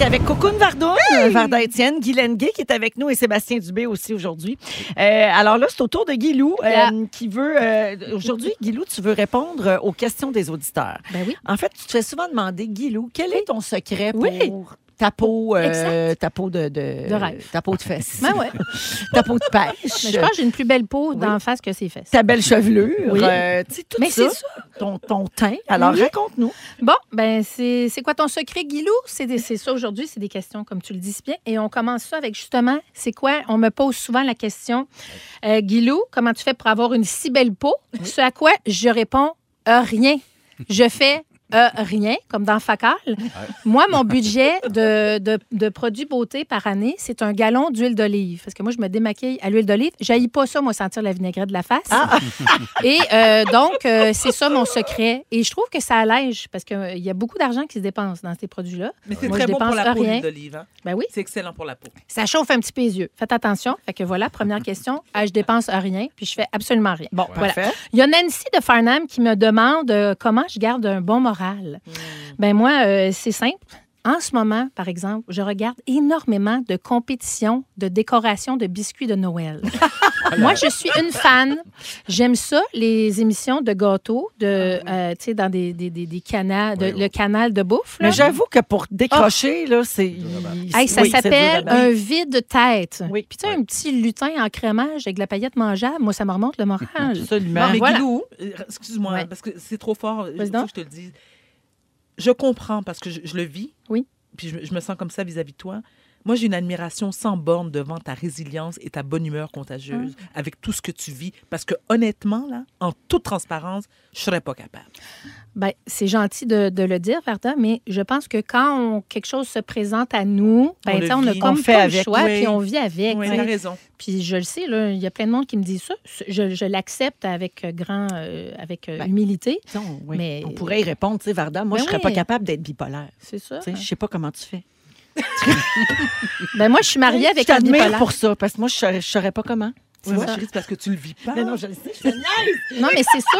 Speaker 3: Avec Cocoon Vardoun, euh, Varda Étienne, Guylaine Gay qui est avec nous et Sébastien Dubé aussi aujourd'hui. Euh, alors là, c'est au tour de Guilou euh,
Speaker 2: Yeah.
Speaker 3: qui veut... euh, aujourd'hui, Guilou, tu veux répondre euh, aux questions des auditeurs.
Speaker 2: Ben oui.
Speaker 3: En fait, tu te fais souvent demander, Guilou, quel est ton secret pour...
Speaker 2: Oui.
Speaker 3: Ta peau, euh,
Speaker 2: Exact.
Speaker 3: ta peau de, de,
Speaker 10: De rêve.
Speaker 3: Ta peau de fesse.
Speaker 10: Ben ouais.
Speaker 3: ta peau de pêche.
Speaker 10: Mais je pense que j'ai une plus belle peau
Speaker 3: Oui.
Speaker 10: d'en face que ses fesses.
Speaker 3: Ta belle chevelure.
Speaker 10: Oui.
Speaker 3: euh, tu sais, tout
Speaker 10: Mais
Speaker 3: ça.
Speaker 10: c'est ça.
Speaker 3: Ton, ton teint. Alors,
Speaker 10: Oui.
Speaker 3: raconte-nous.
Speaker 10: Bon, ben c'est c'est quoi ton secret, Guilou? C'est des- c'est ça aujourd'hui, c'est des questions, comme tu le dis si bien. Et on commence ça avec justement, c'est quoi? On me pose souvent la question, euh, Guilou, comment tu fais pour avoir une si belle peau? Ce à quoi je réponds, euh, rien. Je fais euh, rien, comme dans Facal. Moi, mon budget de, de- de produits beauté par année, c'est un gallon d'huile d'olive. Parce que moi, je me démaquille à l'huile d'olive. Je pas ça, moi, sentir la vinaigrette de la face.
Speaker 3: Ah!
Speaker 11: Ah.
Speaker 10: Et euh, donc, euh, c'est ça mon secret. Et je trouve que ça allège parce qu'il y a beaucoup d'argent qui se dépense dans ces produits-là.
Speaker 8: Mais c'est
Speaker 10: Moi,
Speaker 8: très
Speaker 10: je
Speaker 8: bon pour
Speaker 10: dépense
Speaker 8: la peau,
Speaker 10: rien.
Speaker 8: l'huile d'olive. hein.
Speaker 10: Ben oui,
Speaker 8: C'est excellent pour la peau.
Speaker 10: ça chauffe un petit peu les yeux. Faites attention. Fait que voilà, première question. Ah, je dépense rien, puis je fais absolument rien.
Speaker 3: Bon,
Speaker 10: Voilà.
Speaker 3: parfait.
Speaker 10: Il y a Nancy de Farnham qui me demande euh, comment je garde un bon moral.
Speaker 3: Hmm.
Speaker 10: Ben moi, euh, c'est simple. En ce moment, par exemple, je regarde énormément de compétitions de décoration de biscuits de Noël. moi, je suis une fan. J'aime ça, les émissions de gâteaux, de,
Speaker 3: Ah
Speaker 10: euh, tu sais, dans des, des, des, des canals, de- le canal de bouffe. là. Ah!
Speaker 3: Mais j'avoue que pour décrocher, là, c'est.
Speaker 10: Hey, ça
Speaker 3: oui, c'est
Speaker 10: s'appelle
Speaker 3: dur à battre.
Speaker 10: un vide-tête.
Speaker 3: Oui.
Speaker 10: Puis tu sais, un petit lutin en crémage avec de la paillette mangeable, moi, ça me remonte le moral.
Speaker 3: Absolument.
Speaker 8: Non, mais
Speaker 10: voilà.
Speaker 8: Guilou, euh, excuse-moi,
Speaker 10: Ouais.
Speaker 8: parce que c'est trop fort. Il faut
Speaker 10: Président?
Speaker 8: que je te le dise. Je comprends parce que je, je le vis.
Speaker 10: Oui.
Speaker 8: Puis je, je me sens comme ça vis-à-vis de toi. Moi, j'ai une admiration sans borne devant ta résilience et ta bonne humeur contagieuse avec tout ce que tu vis. Parce que honnêtement, là, en toute transparence, je serais pas capable.
Speaker 10: Ben, c'est gentil de, de le dire, Varda, mais je pense que quand on- quelque chose se présente à nous, ben,
Speaker 8: On le
Speaker 10: tu sais, on n'a
Speaker 8: vit.
Speaker 10: comme
Speaker 3: On fait
Speaker 10: pas le
Speaker 3: avec,
Speaker 10: choix,
Speaker 8: oui.
Speaker 10: puis on vit avec.
Speaker 8: Oui,
Speaker 10: tu sais.
Speaker 8: t'as raison.
Speaker 10: Puis je le sais, là, il y a plein de monde qui me dit ça. Je, je l'accepte avec euh, grand, euh, avec euh,
Speaker 3: Ben,
Speaker 10: humilité.
Speaker 3: Disons, oui.
Speaker 10: Mais-
Speaker 3: On pourrait y répondre, tu sais, Varda. Moi,
Speaker 10: Ben
Speaker 3: je serais pas
Speaker 10: oui.
Speaker 3: capable d'être bipolaire.
Speaker 10: C'est ça. hein.
Speaker 3: Tu sais, Je sais pas comment tu fais.
Speaker 10: Ben, moi, je suis mariée
Speaker 3: Je
Speaker 10: avec un
Speaker 3: t'admire
Speaker 10: bipolaire.
Speaker 3: pour ça, parce que moi, je saurais, je saurais pas comment.
Speaker 8: Tu vois, chérie, c'est parce que tu le vis pas.
Speaker 3: Mais non, je le sais, je suis nice.
Speaker 10: Non, mais c'est ça.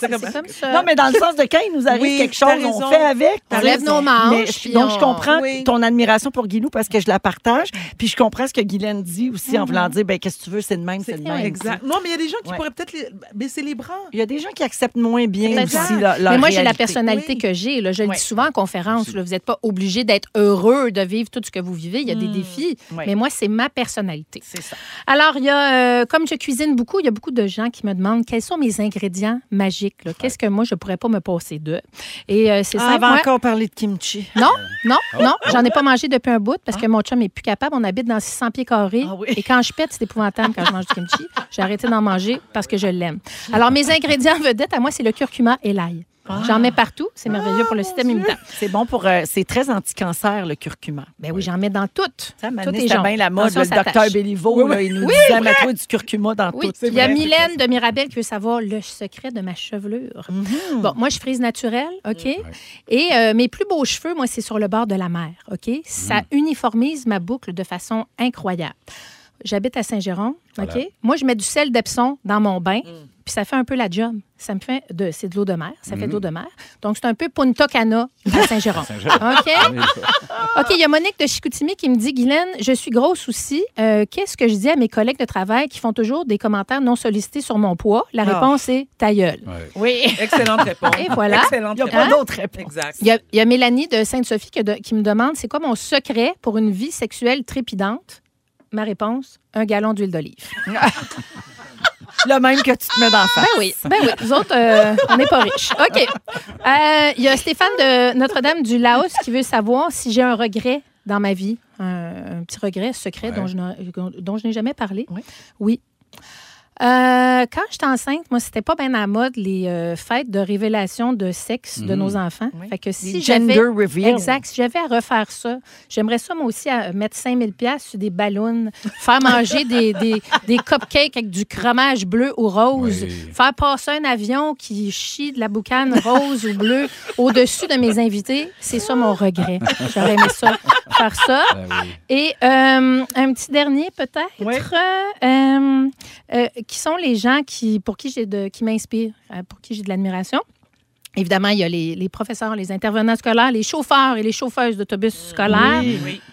Speaker 8: C'est
Speaker 10: C'est
Speaker 8: comme-
Speaker 10: comme ça.
Speaker 3: Non, mais dans le sens de quand il nous arrive
Speaker 8: Oui,
Speaker 3: quelque chose,
Speaker 8: t'as
Speaker 3: on
Speaker 8: raison.
Speaker 3: fait avec.
Speaker 10: On lève nos manches,
Speaker 3: Mais je-
Speaker 10: puis
Speaker 3: donc,
Speaker 10: on-
Speaker 3: je comprends
Speaker 8: Oui.
Speaker 3: ton admiration pour Guilou parce que je la partage. Puis je comprends ce que Guylaine dit aussi en voulant dire ben, qu'est-ce que tu veux, c'est le même, c'est le même.
Speaker 8: Mhm. Exact. Non, mais il y a des gens qui
Speaker 3: Ouais.
Speaker 8: pourraient peut-être les- baisser les bras.
Speaker 3: Il y a des gens qui acceptent moins bien
Speaker 10: Exact.
Speaker 3: aussi leur, leur
Speaker 10: Mais moi, j'ai la
Speaker 3: réalité.
Speaker 10: personnalité
Speaker 8: Oui.
Speaker 10: que j'ai. là. Je le
Speaker 3: Oui.
Speaker 10: dis souvent en conférence. là. Vous n'êtes pas obligé d'être heureux de vivre tout ce que vous vivez. Il y a des défis.
Speaker 3: Oui.
Speaker 10: Mais moi, c'est ma personnalité.
Speaker 3: C'est ça.
Speaker 10: Alors, il y a, euh, comme je cuisine beaucoup, il y a beaucoup de gens qui me demandent quels sont mes ingrédients magiques. là. Qu'est-ce que moi, je ne pourrais pas me passer d'eux. Et euh, c'est
Speaker 3: Ah, on
Speaker 10: simple.
Speaker 3: va
Speaker 10: moi-
Speaker 3: encore parler de kimchi.
Speaker 10: Non, non, non. J'en ai pas mangé depuis un bout parce que mon chum est plus capable. On habite dans 600 pieds carrés.
Speaker 3: Ah oui.
Speaker 10: Et quand je pète, c'est épouvantable quand je mange du kimchi. J'ai arrêté d'en manger parce que je l'aime. Alors, mes ingrédients vedettes à moi, c'est le curcuma et l'ail.
Speaker 3: Ah.
Speaker 10: J'en mets partout. C'est merveilleux pour le système immunitaire.
Speaker 3: C'est bon pour. euh, c'est très anti-cancer, le curcuma.
Speaker 10: Ben oui, j'en mets dans tout.
Speaker 3: Ça,
Speaker 10: Tout
Speaker 3: Mané,
Speaker 10: est
Speaker 3: c'était
Speaker 10: jaune.
Speaker 3: bien la mode.
Speaker 10: Attention,
Speaker 3: là,
Speaker 10: ça
Speaker 3: le docteur
Speaker 10: attache.
Speaker 3: Béliveau,
Speaker 10: Oui,
Speaker 3: là, il nous disait mets-toi du curcuma dans
Speaker 10: Oui,
Speaker 3: tout.
Speaker 10: il y a Mylène de Mirabel qui veut savoir le secret de ma chevelure. Bon, moi, je frise naturelle, OK? Et euh, mes plus beaux cheveux, moi, c'est sur le bord de la mer, OK? Ça uniformise ma boucle de façon incroyable. J'habite à Saint-Géron,
Speaker 12: Voilà.
Speaker 10: OK? Moi, je mets du sel d'Epsom dans mon bain, puis ça fait un peu la job. Ça me fait de... C'est de l'eau de mer, ça fait de l'eau de mer. Donc, c'est un peu Punta Cana à Saint-Géron, OK? OK, il y a Monique de Chicoutimi qui me dit Guylaine, je suis grosse aussi. Euh, Qu'est-ce que je dis à mes collègues de travail qui font toujours des commentaires non sollicités sur mon poids La
Speaker 8: Ah.
Speaker 10: réponse est ta gueule.
Speaker 3: Oui.
Speaker 8: Excellente réponse.
Speaker 10: Et voilà.
Speaker 8: Excellente
Speaker 10: Il y a pas
Speaker 8: réponse.
Speaker 10: d'autre
Speaker 8: Exact.
Speaker 10: Il y, a, il y a Mélanie de Sainte-Sophie qui, de- qui me demande c'est quoi mon secret pour une vie sexuelle trépidante Ma réponse un gallon d'huile d'olive.
Speaker 3: Le même que tu te mets dans la face.
Speaker 10: Ben oui, ben oui. Nous autres, euh, on n'est pas riches. OK. Euh, Il y a Stéphane de Notre-Dame du Laos qui veut savoir si j'ai un regret dans ma vie, un, un petit regret secret
Speaker 12: Ouais.
Speaker 10: dont je n'ai- dont je n'ai jamais parlé. Oui. Euh, quand j'étais enceinte, moi, c'était pas bien à la mode les euh, fêtes de révélation de sexe
Speaker 12: Mhm.
Speaker 10: de nos enfants. Fait que si
Speaker 12: Les
Speaker 10: j'avais-
Speaker 12: gender reveal.
Speaker 10: Exact. Si j'avais à refaire ça, j'aimerais ça, moi aussi, à mettre 5000 pièces sur des ballons, faire manger des, des, des cupcakes avec du fromage bleu ou rose, faire passer un avion qui chie de la boucane rose ou bleue au-dessus de mes invités. C'est ça mon regret. J'aurais aimé ça, faire ça.
Speaker 13: Ben
Speaker 5: Ben
Speaker 10: Et euh, un petit dernier peut-être, Euh, euh, qui sont les gens qui, pour qui j'ai de, qui m'inspirent, euh, pour qui j'ai de l'admiration. Évidemment, il y a les, les professeurs, les intervenants scolaires, les chauffeurs et les chauffeuses d'autobus scolaires.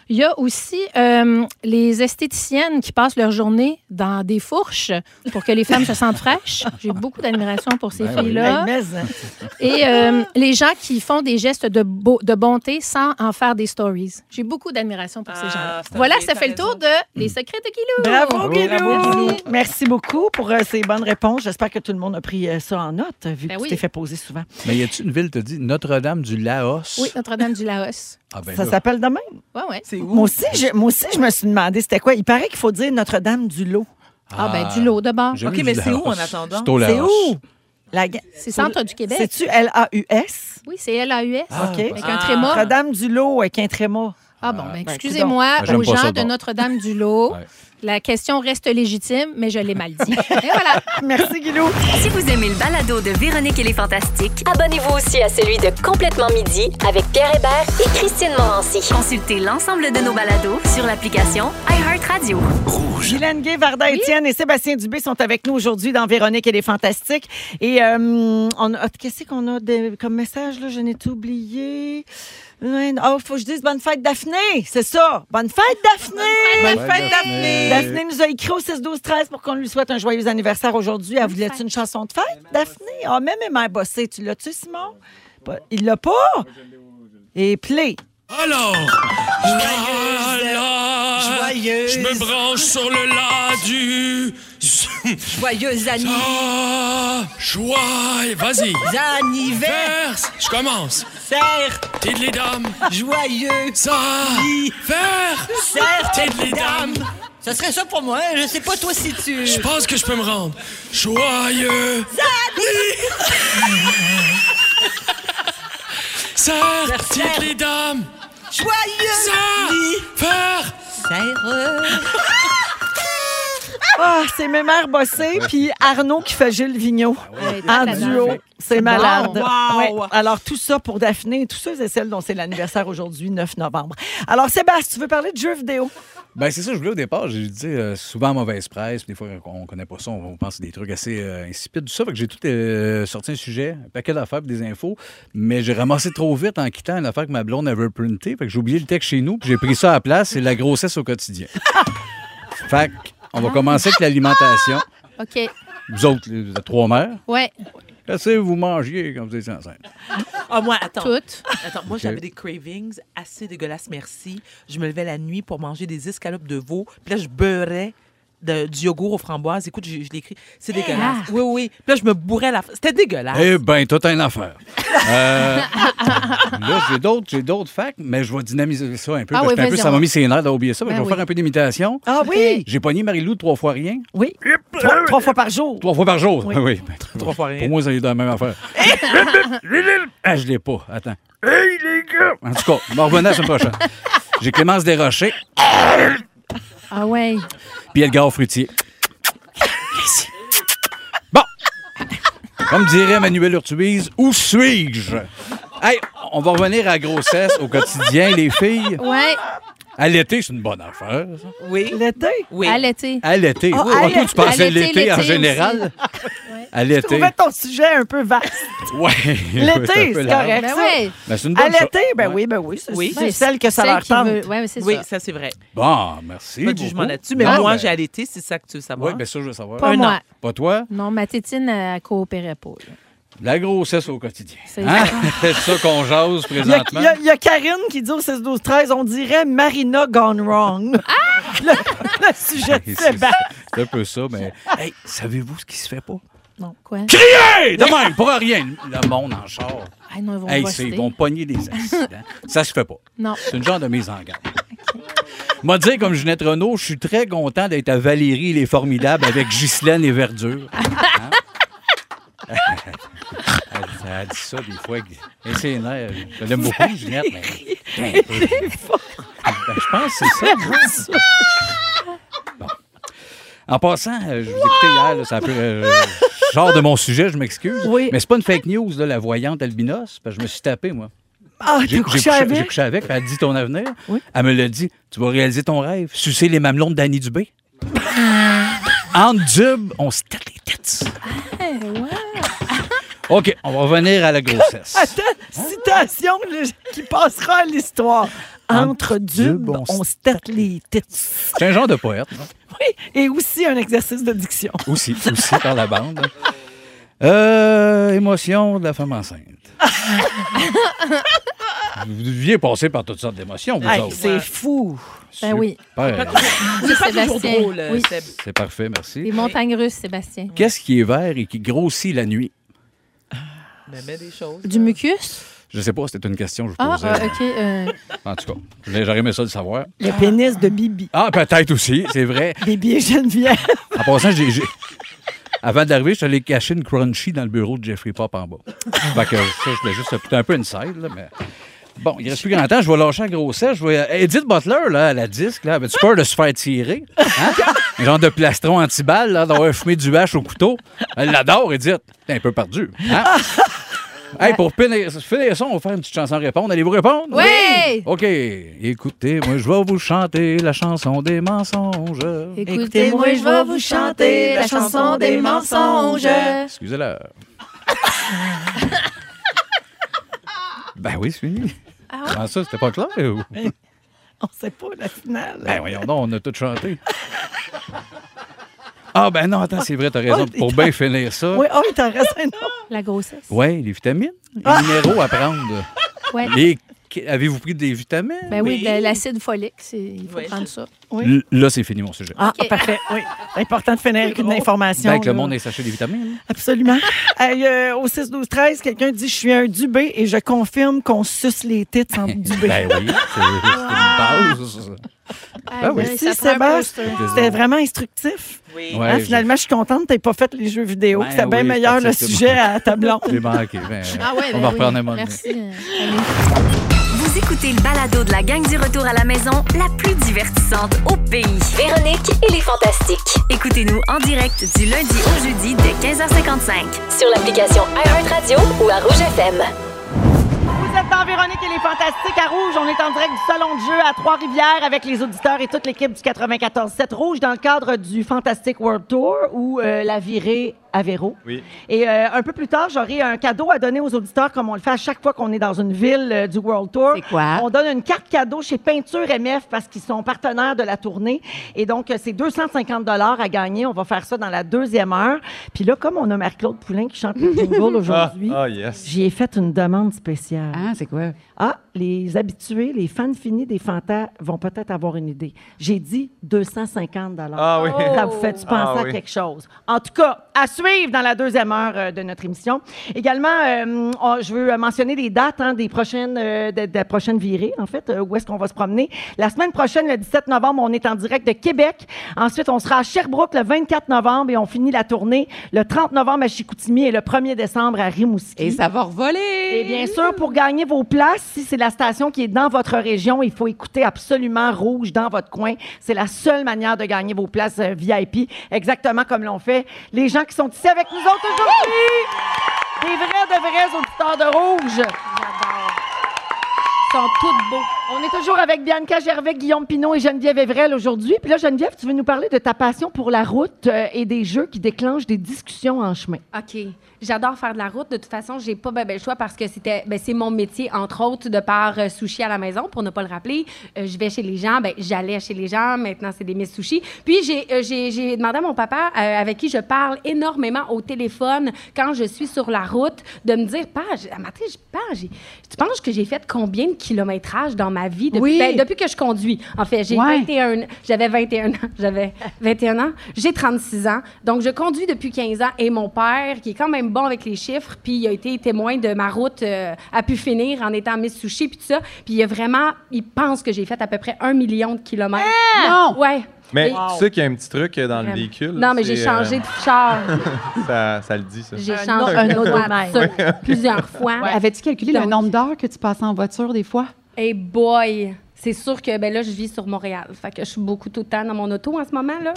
Speaker 10: Il y a aussi euh, les esthéticiennes qui passent leur journée dans des fourches pour que les femmes se sentent fraîches. J'ai beaucoup d'admiration pour ces
Speaker 12: Ben oui.
Speaker 10: filles-là.
Speaker 12: Hey,
Speaker 3: hein.
Speaker 10: Et euh, les gens qui font des gestes de, beau- de bonté sans en faire des stories. J'ai beaucoup d'admiration pour ces gens-là. Voilà, ça fait le tour de Les secrets de Guilou.
Speaker 3: Bravo, Guilou! Merci beaucoup pour euh, ces bonnes réponses. J'espère que tout le monde a pris euh, ça en note, vu
Speaker 10: Ben
Speaker 3: que
Speaker 10: oui.
Speaker 3: tu t'es fait poser souvent.
Speaker 7: Mais y a-tu une ville, t'as dit Notre-Dame du Laos?
Speaker 10: Oui, Notre-Dame du Laos.
Speaker 7: Ah, ben
Speaker 3: ça
Speaker 7: là.
Speaker 3: s'appelle demain.
Speaker 10: Ouais, ouais. C'est
Speaker 3: Moi aussi, je, moi aussi, je me suis demandé c'était quoi. Il paraît qu'il faut dire Notre-Dame du Lot.
Speaker 10: Ah, ben, du lot de bord.
Speaker 7: J'ai Ok, vu mais du c'est Laos. où en attendant? C'est au
Speaker 3: C'est
Speaker 7: Laos.
Speaker 3: où? La ga-
Speaker 10: C'est centre du Québec.
Speaker 3: C'est-tu L-A-U-S?
Speaker 10: Oui, c'est LAUS.
Speaker 3: Ah,
Speaker 7: Ah,
Speaker 3: OK.
Speaker 10: Avec un Ah, tréma.
Speaker 3: Notre-Dame du Lot avec un tréma.
Speaker 10: Ah bon, ben,
Speaker 3: Ben,
Speaker 10: excusez-moi
Speaker 3: coudonc. Ben, j'aime
Speaker 10: aux
Speaker 3: pas
Speaker 10: gens
Speaker 3: ça,
Speaker 10: de
Speaker 3: bon.
Speaker 10: Notre-Dame-du-Lot. La question reste légitime, mais je l'ai mal dit. Eh
Speaker 3: Merci, Guilou.
Speaker 1: Si vous aimez le balado de Véronique et les Fantastiques,
Speaker 2: Abonnez-vous aussi à celui de Complètement Midi avec Pierre Hébert et Christine Morancy.
Speaker 1: consultez l'ensemble de nos balados sur l'application iHeartRadio.
Speaker 3: Guylaine Gay, Varda Étienne et Sébastien Dubé sont avec nous aujourd'hui dans Véronique et les Fantastiques. Et euh, on a- qu'est-ce qu'on a de- comme message? Là? Je n'ai tout oublié. Ouais, Oh, faut que je dise bonne fête Daphné, c'est ça. Bonne fête Daphné.
Speaker 12: Bonne fête, Bonne fête, Daphné. Daphné.
Speaker 3: Daphné nous a écrit au 6 12 13 pour qu'on lui souhaite un joyeux anniversaire aujourd'hui. Elle voulait une chanson de fête Daphné. Ah même mère bossée, tu l'as tu Simon Pas- Il l'a pas. Et play.
Speaker 14: Alors, je me branche sur le la du...
Speaker 12: Joyeux anniversaire.
Speaker 14: Ah, joyeux, vas-y. Anniversaire. Je commence. Serre. T'es les dames. Joyeux. Ça. Faire.
Speaker 12: Serre.
Speaker 14: T'es les dames.
Speaker 12: Ça serait ça pour moi. hein. Je sais pas toi si tu.
Speaker 14: Je pense que je peux me rendre. Joyeux. Serre. T'es les dames.
Speaker 12: Joyeux.
Speaker 14: Serre. Faire.
Speaker 3: Ah, c'est mes mères bossées, puis Arnaud qui fait Gilles Vigneault
Speaker 15: Ah
Speaker 3: en
Speaker 12: Ouais,
Speaker 3: duo.
Speaker 12: magnifique.
Speaker 3: C'est
Speaker 12: Wow.
Speaker 3: malade.
Speaker 12: Wow.
Speaker 3: Ouais. Alors, tout ça pour Daphné et tous ceux et celles dont c'est l'anniversaire aujourd'hui, 9 novembre. Alors, Sébastien, tu veux parler de jeux vidéo?
Speaker 15: Ben, c'est ça, je voulais au départ. J'ai dit euh, souvent mauvaise presse. Des fois, on connaît pas ça. On, on pense à des trucs assez euh, insipides, tout ça. Fait que j'ai tout euh, sorti un sujet, un paquet d'affaires, puis des infos. Mais j'ai ramassé trop vite en quittant une affaire que ma blonde avait printée. Fait que j'ai oublié le texte chez nous, puis j'ai pris ça à la place. C'est la grossesse au quotidien. fait que, on va commencer avec l'alimentation.
Speaker 10: OK.
Speaker 15: Vous autres, les, les trois mères.
Speaker 10: Ouais.
Speaker 15: Qu'est-ce que vous mangiez quand vous étiez enceinte?
Speaker 8: Ah, moi, attends.
Speaker 10: Toutes.
Speaker 8: Attends, moi,
Speaker 15: Ok.
Speaker 8: j'avais des cravings assez dégueulasses, merci. Je me levais la nuit pour manger des escalopes de veau. Puis là, je beurrais de- du yogourt aux framboises.
Speaker 10: Ah.
Speaker 8: Écoute, je, je l'écris. C'est dégueulasse. Oui, oui. Puis là, je me bourrais la. C'était dégueulasse.
Speaker 15: Eh ben, Eh tout un affaire. Euh, là, j'ai d'autres, j'ai d'autres facts, mais je vais dynamiser ça un peu.
Speaker 3: Ah
Speaker 15: parce que
Speaker 3: oui,
Speaker 15: j'étais un peu,
Speaker 3: vas-y,
Speaker 15: ça m'a
Speaker 3: on-
Speaker 15: mis ses nerfs d'oublier ça. mais
Speaker 3: Ben
Speaker 15: je vais
Speaker 3: oui.
Speaker 15: faire un peu d'imitation.
Speaker 3: Ah oui!
Speaker 15: J'ai pogné Marie-Lou de trois fois rien.
Speaker 3: Oui. Trois, trois fois par jour.
Speaker 15: Trois fois par jour.
Speaker 3: Oui.
Speaker 15: Oui, ben,
Speaker 8: Trois fois rien.
Speaker 15: Pour moi, ça y est dans la même affaire. ah, je l'ai pas. Attends.
Speaker 14: Hey, les gars!
Speaker 15: En tout cas, m'en revenir la semaine prochaine. J'ai Clémence Desrochers,
Speaker 10: Ah ouais.
Speaker 15: puis Edgar Fruitier. Bon. Comme dirait Manuel Urtubise, où suis-je? Hey, on va revenir à la grossesse au quotidien, les filles.
Speaker 10: Ouais.
Speaker 15: À l'été, c'est une bonne affaire. ça.
Speaker 8: Oui.
Speaker 3: L'été?
Speaker 8: Oui.
Speaker 10: À l'été.
Speaker 15: À l'été.
Speaker 10: Ah,
Speaker 15: Oh,
Speaker 10: à
Speaker 15: toi,
Speaker 10: l'été.
Speaker 15: tu pensais
Speaker 10: À
Speaker 15: l'été en
Speaker 10: l'été
Speaker 15: général? À
Speaker 3: Je
Speaker 15: l'été.
Speaker 3: trouvais ton sujet un peu vaste.
Speaker 15: Ouais.
Speaker 3: L'été,
Speaker 15: un peu
Speaker 3: c'est
Speaker 15: large.
Speaker 3: correct, Ben ça. ouais.
Speaker 15: Ben, c'est une
Speaker 3: À
Speaker 15: bonne chose.
Speaker 3: l'été, ben oui, ben oui. C'est
Speaker 8: Oui.
Speaker 3: c'est celle que ça leur tente.
Speaker 8: Oui, ça, c'est vrai.
Speaker 15: Bon, merci.
Speaker 8: Pas de jugement
Speaker 15: beaucoup.
Speaker 8: là-dessus, mais
Speaker 15: Non,
Speaker 8: moi,
Speaker 15: ben,
Speaker 8: j'ai allaité, c'est ça que tu veux savoir.
Speaker 15: Oui, bien sûr, je veux savoir.
Speaker 10: Ah. Pas Un moi. an.
Speaker 15: Pas toi?
Speaker 10: Non, ma tétine, elle coopérait pas. là.
Speaker 15: La grossesse au quotidien.
Speaker 10: C'est
Speaker 15: Hein? C'est ça qu'on jase
Speaker 3: Il y, a,
Speaker 15: présentement.
Speaker 3: il y a- il y a Karine qui dit au 16 12 13 on dirait Marina gone wrong. le, le sujet de
Speaker 15: C'est-
Speaker 3: Sébastien.
Speaker 15: C'est un peu ça, mais. Hey, savez-vous ce qui se fait pas?
Speaker 10: Non, quoi?
Speaker 15: Crier! De même, pour rien. Le monde en char.
Speaker 10: Ah non, ils vont
Speaker 15: Hey, c'est-
Speaker 10: rester.
Speaker 15: ils vont pogner des
Speaker 10: hein.
Speaker 15: accidents. ça se fait pas.
Speaker 10: Non.
Speaker 15: C'est une genre de mise en garde. Moi, dire comme Ginette Renault, je suis très content d'être à Valérie les Formidables avec Ghislaine et Verdure. Hein? elle, elle dit ça des fois. Elle c'est nerfs. Je l'aime beaucoup, Ginette, mais. Ben, ben, je pense que c'est ça. En passant, euh, je vous écoutais hier, là, ça peut. euh, genre de mon sujet, je m'excuse. Mais c'est pas une fake news, là, la voyante albinos, parce que je me suis tapé, moi.
Speaker 3: Ah,
Speaker 15: J'ai
Speaker 3: t'as
Speaker 15: j'ai
Speaker 3: couché avec?
Speaker 15: j'ai couché avec, puis elle dit ton avenir. Elle me l'a dit, tu vas réaliser ton rêve, sucer les mamelons de Danny Dubé. en dub, on se tâte les têtes.
Speaker 10: Hey, ouais.
Speaker 15: OK, on va revenir à la grossesse.
Speaker 3: Attends, citation le- qui passera à l'histoire. Entre dubes,
Speaker 15: dubes, on
Speaker 3: on se tâte les têtes.
Speaker 15: C'est un genre de poète, non?
Speaker 3: Oui, et aussi un exercice de diction.
Speaker 15: aussi, aussi par la bande. Euh, émotion de la femme enceinte. vous deviez passer par toutes sortes d'émotions, vous
Speaker 3: Hey,
Speaker 15: autres.
Speaker 3: c'est fou.
Speaker 10: Ben oui.
Speaker 15: Super.
Speaker 10: C'est Sébastien. Oui.
Speaker 15: C'est parfait, merci.
Speaker 10: Les montagnes russes, Sébastien.
Speaker 15: Qu'est-ce qui est vert et qui grossit la nuit?
Speaker 8: Mais mets des choses.
Speaker 10: Du mucus?
Speaker 15: Je sais pas, c'était une question que je vous
Speaker 10: Ah,
Speaker 15: posais.
Speaker 10: ah, OK. euh,
Speaker 15: En tout cas, j'ai- j'aurais aimé ça de savoir.
Speaker 3: Le pénis de Bibi.
Speaker 15: Ah, peut-être aussi, c'est vrai.
Speaker 3: Bibi et Geneviève.
Speaker 15: En passant, j'ai. j'ai- Avant d'arriver, je suis allé cacher une crunchy dans le bureau de Jeffrey Pop en bas. Fait que ça, je voulais juste. C'était un peu inside, là, mais. Bon, il reste plus grand temps. Je vais lâcher la grossesse. Je vais... euh, Edith Butler, là, à la disque, là, avais-tu peur de se faire tirer? Hein? Un genre de plastron anti-balle, là, d'avoir fumé du hache au couteau. Elle l'adore, Edith. T'es un peu perdu. Hein? Hey, pour finir, finir ça, on va faire une petite chanson répondre. Allez-vous répondre?
Speaker 10: Oui! Oui!
Speaker 15: OK. Écoutez, moi, je vais vous chanter la chanson des mensonges.
Speaker 10: Écoutez-moi, je vais vous chanter la chanson des mensonges.
Speaker 15: Excusez-la. ben oui, c'est fini.
Speaker 3: Ah ouais?
Speaker 15: Comment ça, c'était pas clair? ou?
Speaker 3: On sait pas la finale.
Speaker 15: Ben voyons donc, on a tout chanté. Ah ben non, attends, c'est vrai, t'as raison. Pour bien finir ça,
Speaker 3: Oui, oh, il t'en reste un
Speaker 10: La grossesse.
Speaker 15: ouais, les vitamines, les
Speaker 10: Ah!
Speaker 15: minéraux à prendre.
Speaker 10: Ouais.
Speaker 15: Les- qu- Avez-vous pris des vitamines?
Speaker 10: Ben oui, de l'acide folique, c'est- il faut prendre ça.
Speaker 15: L- Là, c'est fini mon sujet.
Speaker 3: Ah, parfait, oui. Important de finir avec une information.
Speaker 15: Ben, que le
Speaker 3: là.
Speaker 15: monde ait saché des vitamines.
Speaker 3: Absolument. Hey, euh, au 6-12-13, quelqu'un dit « Je suis un dubé et je confirme qu'on suce les titres en dubé. »
Speaker 15: Ben oui, c'est c'est une base.
Speaker 3: Ah,
Speaker 15: Ben oui.
Speaker 3: Merci,
Speaker 10: ça prend un
Speaker 3: Sébastien.
Speaker 15: poster.
Speaker 3: C'était vraiment instructif.
Speaker 15: Ouais,
Speaker 3: Hein, finalement, je suis contente que tu n'aies pas fait les jeux vidéo.
Speaker 15: Ben
Speaker 3: C'était bien
Speaker 15: oui,
Speaker 3: meilleur le
Speaker 15: effectivement.
Speaker 3: sujet à ta blonde.
Speaker 15: J'ai manqué. Ben,
Speaker 2: Ah
Speaker 15: on va reprendre un moment donné.
Speaker 1: Vous écoutez le balado de la gang du retour à la maison, la plus divertissante au pays. Véronique et les Fantastiques. Écoutez-nous en direct du lundi au jeudi dès 15h55.
Speaker 2: Sur l'application iHeartRadio ou à Rouge FM.
Speaker 3: Vous êtes dans Véronique et les Fantastiques à Rouge. On est en direct du Salon de jeu à Trois-Rivières avec les auditeurs et toute l'équipe du 94-7 Rouge dans le cadre du Fantastic World Tour ou euh, la virée à Véro.
Speaker 16: Oui.
Speaker 3: Et euh, un peu plus tard, j'aurai un cadeau à donner aux auditeurs comme on le fait à chaque fois qu'on est dans une ville euh, du World Tour. C'est quoi? On donne une carte cadeau chez Peinture MF parce qu'ils sont partenaires de la tournée. Et donc, euh, c'est 250 à gagner. On va faire ça dans la deuxième heure. Puis là, comme on a Marc-Claude Poulin qui chante le jingle aujourd'hui,
Speaker 16: Ah, ah, yes.
Speaker 3: J'y ai fait une demande spéciale. Ah, c'est quoi? Ah, les habitués, les fans finis des Fantas vont peut-être avoir une idée. J'ai dit 250
Speaker 16: Ah oui.
Speaker 3: Ça vous fait
Speaker 16: Oh!
Speaker 3: penser
Speaker 16: Ah
Speaker 3: à
Speaker 16: oui.
Speaker 3: quelque chose. En tout cas, à suivre. poursuivre dans la deuxième heure euh, de notre émission. Également, euh, on- je veux euh, mentionner les dates hein, des prochaines euh, de, de la prochaine virée, en fait, euh, où est-ce qu'on va se promener. La semaine prochaine, le 17 novembre, on est en direct de Québec. Ensuite, on sera à Sherbrooke le 24 novembre et on finit la tournée le 30 novembre à Chicoutimi et le 1er décembre à Rimouski.
Speaker 16: Et ça va revoler!
Speaker 3: Et bien sûr, pour gagner vos places, si c'est la station qui est dans votre région, il faut écouter absolument Rouge dans votre coin. C'est la seule manière de gagner vos places euh, VIP, exactement comme l'ont fait les gens qui sont ici avec nous autres aujourd'hui. Des vrais, de vrais auditeurs de Rouge. Ils sont tous beaux. On est toujours avec Bianca Gervais, Guillaume Pinot et Geneviève Evrel aujourd'hui. Puis là, Geneviève, tu veux nous parler de ta passion pour la route euh, et des jeux qui déclenchent des discussions en chemin.
Speaker 13: OK. J'adore faire de la route. De toute façon, j'ai pas ben, ben le choix parce que c'était ben, c'est mon métier, entre autres, de par euh, sushi à la maison, pour ne pas le rappeler. Euh, je vais chez les gens, ben, j'allais chez les gens, maintenant c'est des Miss Sushi. Puis j'ai euh, j'ai- j'ai demandé à mon papa, euh, avec qui je parle énormément au téléphone quand je suis sur la route, de me dire, pas, à matin, je pas, j'ai- tu penses que j'ai fait combien de kilométrages dans ma vie depuis,
Speaker 10: Oui.
Speaker 13: ben, depuis que je conduis? En fait, j'ai
Speaker 10: Ouais.
Speaker 13: 21 j'avais 21 ans, j'avais 21 ans, j'ai 36 ans. Donc je conduis depuis 15 ans et mon père qui est quand même bon avec les chiffres, puis il a été témoin de ma route euh, a pu finir en étant Miss Sushi puis tout ça, puis il a vraiment il pense que j'ai fait à peu près un million de kilomètres.
Speaker 16: Ah!
Speaker 13: Non, ouais.
Speaker 11: Mais
Speaker 13: Et-
Speaker 11: tu sais qu'il y a un petit truc euh, dans le
Speaker 13: Vraiment.
Speaker 11: véhicule.
Speaker 13: Non, mais
Speaker 11: c'est,
Speaker 13: j'ai
Speaker 11: euh,
Speaker 13: changé de char.
Speaker 11: ça, ça le dit, ça.
Speaker 13: J'ai changé de voiture plusieurs fois.
Speaker 16: Avais-tu calculé le nombre d'heures que tu passais en voiture des fois?
Speaker 13: Hey boy, c'est sûr que ben là je vis sur Montréal, fait que je suis beaucoup tout le temps dans mon auto en ce moment là.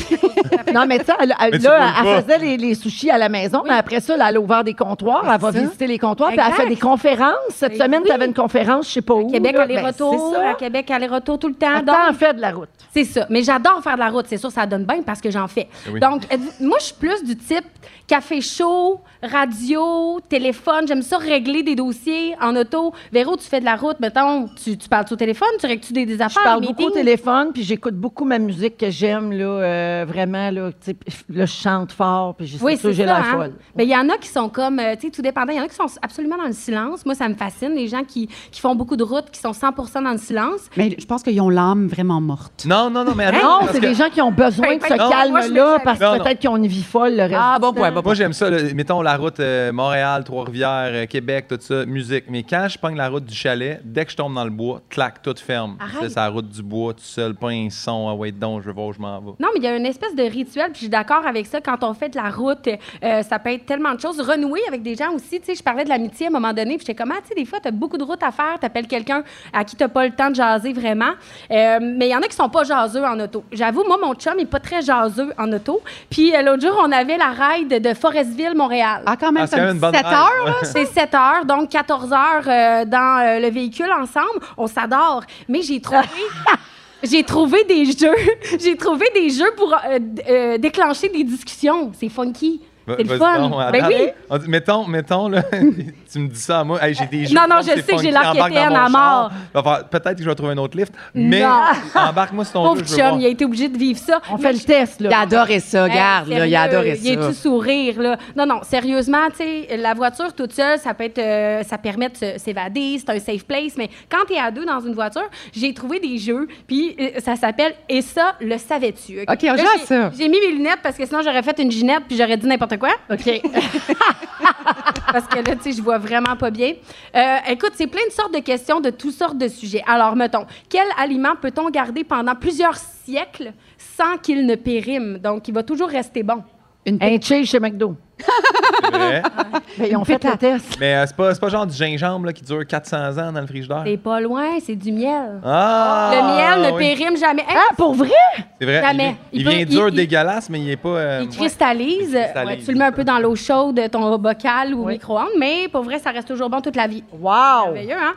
Speaker 3: Non, mais tu sais, elle, elle-
Speaker 13: Mais tu
Speaker 3: là,
Speaker 13: roules
Speaker 3: elle
Speaker 13: pas.
Speaker 3: faisait les, les sushis à la maison, mais après ça, là, elle a ouvert des comptoirs, elle va
Speaker 13: Ah, ça.
Speaker 3: visiter les comptoirs, puis elle
Speaker 13: Exact. Ben
Speaker 3: fait des conférences. Cette semaine, tu avais une conférence, je sais pas où.
Speaker 13: Québec
Speaker 3: là.
Speaker 13: aller-retour,
Speaker 3: Ben, c'est ça.
Speaker 13: à Québec aller-retour tout le temps.
Speaker 3: Le temps fait de la route.
Speaker 13: C'est ça. Mais j'adore faire de la route. C'est sûr, ça donne bien parce que j'en fais.
Speaker 3: Eh oui.
Speaker 13: Donc, êtes-vous- moi, je suis plus du type café chaud, radio, téléphone. J'aime ça régler des dossiers en auto. Véro, tu fais de la route. Mettons, tu, tu parles au téléphone, tu règles-tu des, des affaires?
Speaker 3: Je parle
Speaker 13: des
Speaker 3: beaucoup au
Speaker 13: meetings?
Speaker 3: téléphone, puis j'écoute beaucoup ma musique que j'aime, là, euh, vraiment, là, tu sais, puis là, je chante fort, puis je sais
Speaker 13: Oui,
Speaker 3: que
Speaker 13: c'est
Speaker 3: j'ai
Speaker 13: ça.
Speaker 3: la
Speaker 13: hein.
Speaker 3: folle.
Speaker 13: Mais il y en a qui sont comme, euh, tu sais, tout dépendant. Il y en a qui sont absolument dans le silence. Moi, ça me fascine, les gens qui, qui font beaucoup de routes, qui sont 100 dans le silence.
Speaker 16: Mais je pense qu'ils ont l'âme vraiment morte.
Speaker 11: Non, non, non, mais
Speaker 13: attends,
Speaker 3: non,
Speaker 11: parce
Speaker 3: c'est
Speaker 11: que-
Speaker 3: des gens qui ont besoin de ce
Speaker 11: Ben, ben, moi, je
Speaker 3: calme-là,
Speaker 11: me-
Speaker 3: parce
Speaker 11: Non,
Speaker 3: que
Speaker 11: non.
Speaker 3: peut-être qu'ils ont une vie folle le reste.
Speaker 13: Ah,
Speaker 3: du temps.
Speaker 11: Moi, j'aime ça. le- mettons la route euh, Montréal, Trois-Rivières, euh, Québec, tout ça, musique. Mais quand je pogne la route du chalet, dès que je tombe dans le bois, clac, tout ferme.
Speaker 13: Arrête.
Speaker 11: C'est la route du bois, tout seul, pas un son. Ah ouais, donc, je vais voir où je m'en vais.
Speaker 13: Non, mais il y a une espèce de rituel, puis je suis d'accord avec ça. Quand on fait de la route, euh, ça peut être tellement de choses. Renouer avec des gens aussi. Tu sais, je parlais de l'amitié à un moment donné, puis j'étais comme, ah, tu sais, des fois, tu as beaucoup de routes à faire, tu appelles quelqu'un à qui tu pas le temps de jaser vraiment. Euh, mais il y en a qui sont pas jaseux en auto. J'avoue, moi, mon chum, il est pas très jaseux en auto. Puis euh, l'autre jour, on avait la ride de Forestville, Montréal. Ah,
Speaker 16: quand
Speaker 11: même, Ah, c'est comme quand même une bonne
Speaker 13: 7
Speaker 11: 7 ride.
Speaker 13: heures,
Speaker 11: heures,
Speaker 13: là.
Speaker 11: là,
Speaker 13: C'est 7 heures, donc 14 heures euh, dans euh, le véhicule ensemble. On s'adore. Mais j'ai trouvé. J'ai trouvé des jeux. J'ai trouvé des jeux pour euh, d- euh, déclencher des discussions. C'est funky.
Speaker 11: Va-
Speaker 13: C'est le
Speaker 11: vas-y
Speaker 13: fun.
Speaker 11: donc,
Speaker 13: ben
Speaker 11: attends.
Speaker 13: oui.
Speaker 11: On dit- mettons, mettons, là, tu me dis ça à moi. Hey, j'ai des jeux
Speaker 13: non,
Speaker 11: de
Speaker 13: non,
Speaker 11: même,
Speaker 13: je
Speaker 11: c'est
Speaker 13: sais que j'ai
Speaker 11: funky,
Speaker 13: l'air
Speaker 11: embarque dans
Speaker 13: quétaine
Speaker 11: mon
Speaker 13: à
Speaker 11: char.
Speaker 13: mort.
Speaker 11: Va faire- Peut-être que je vais trouver un autre lift, mais
Speaker 13: Non.
Speaker 11: embarque-moi sur ton
Speaker 13: Pauvre
Speaker 11: jeu. je veux
Speaker 13: chum,
Speaker 11: voir.
Speaker 13: il a été obligé de vivre ça. On fait le
Speaker 3: test, là.
Speaker 13: Il
Speaker 16: adorait ça, garde, là, il adorait
Speaker 13: Il
Speaker 16: ça.
Speaker 13: est tout sourire, là. Non, non, sérieusement, tu sais, la voiture toute seule, ça peut être, euh, ça permet de se- s'évader, c'est un safe place, mais quand t'es à deux dans une voiture, j'ai trouvé des jeux, puis euh, ça s'appelle « Et ça, le savais-tu?
Speaker 16: OK, on
Speaker 13: Là,
Speaker 16: joue à
Speaker 13: j'ai-
Speaker 16: ça.
Speaker 13: J'ai mis mes lunettes parce que sinon, j'aurais fait une ginette, puis j'aurais dit n'importe quoi. OK. parce que là, tu sais, je vois vraiment pas bien. Euh, écoute, c'est plein de sortes de questions de toutes sortes de sujets. Alors, mettons, quel aliment peut-on garder pendant plusieurs siècles sans qu'il ne périme? Donc, il va toujours rester bon.
Speaker 3: Un chill chez McDo.
Speaker 11: C'est vrai.
Speaker 3: Ben, ils ont fait le test.
Speaker 11: Mais euh, c'est pas, c'est pas genre du gingembre là, qui dure 400 ans dans le frigidaire.
Speaker 13: T'es pas loin, c'est du miel.
Speaker 11: Ah!
Speaker 13: le miel ne
Speaker 11: oui.
Speaker 13: périme jamais. ah,
Speaker 3: pour vrai?
Speaker 11: C'est vrai. il
Speaker 13: Jamais.
Speaker 11: vi- Il,
Speaker 13: peut-
Speaker 11: vient
Speaker 13: il-
Speaker 11: dur,
Speaker 13: il-
Speaker 11: dégueulasse, mais il est pas. euh,
Speaker 13: Il cristallise.
Speaker 11: cristallise.
Speaker 13: Ouais, tu le mets un peu dans l'eau chaude, ton bocal ou micro-ondes, mais pour vrai, ça reste toujours bon toute la vie. Wow! Merveilleux, hein?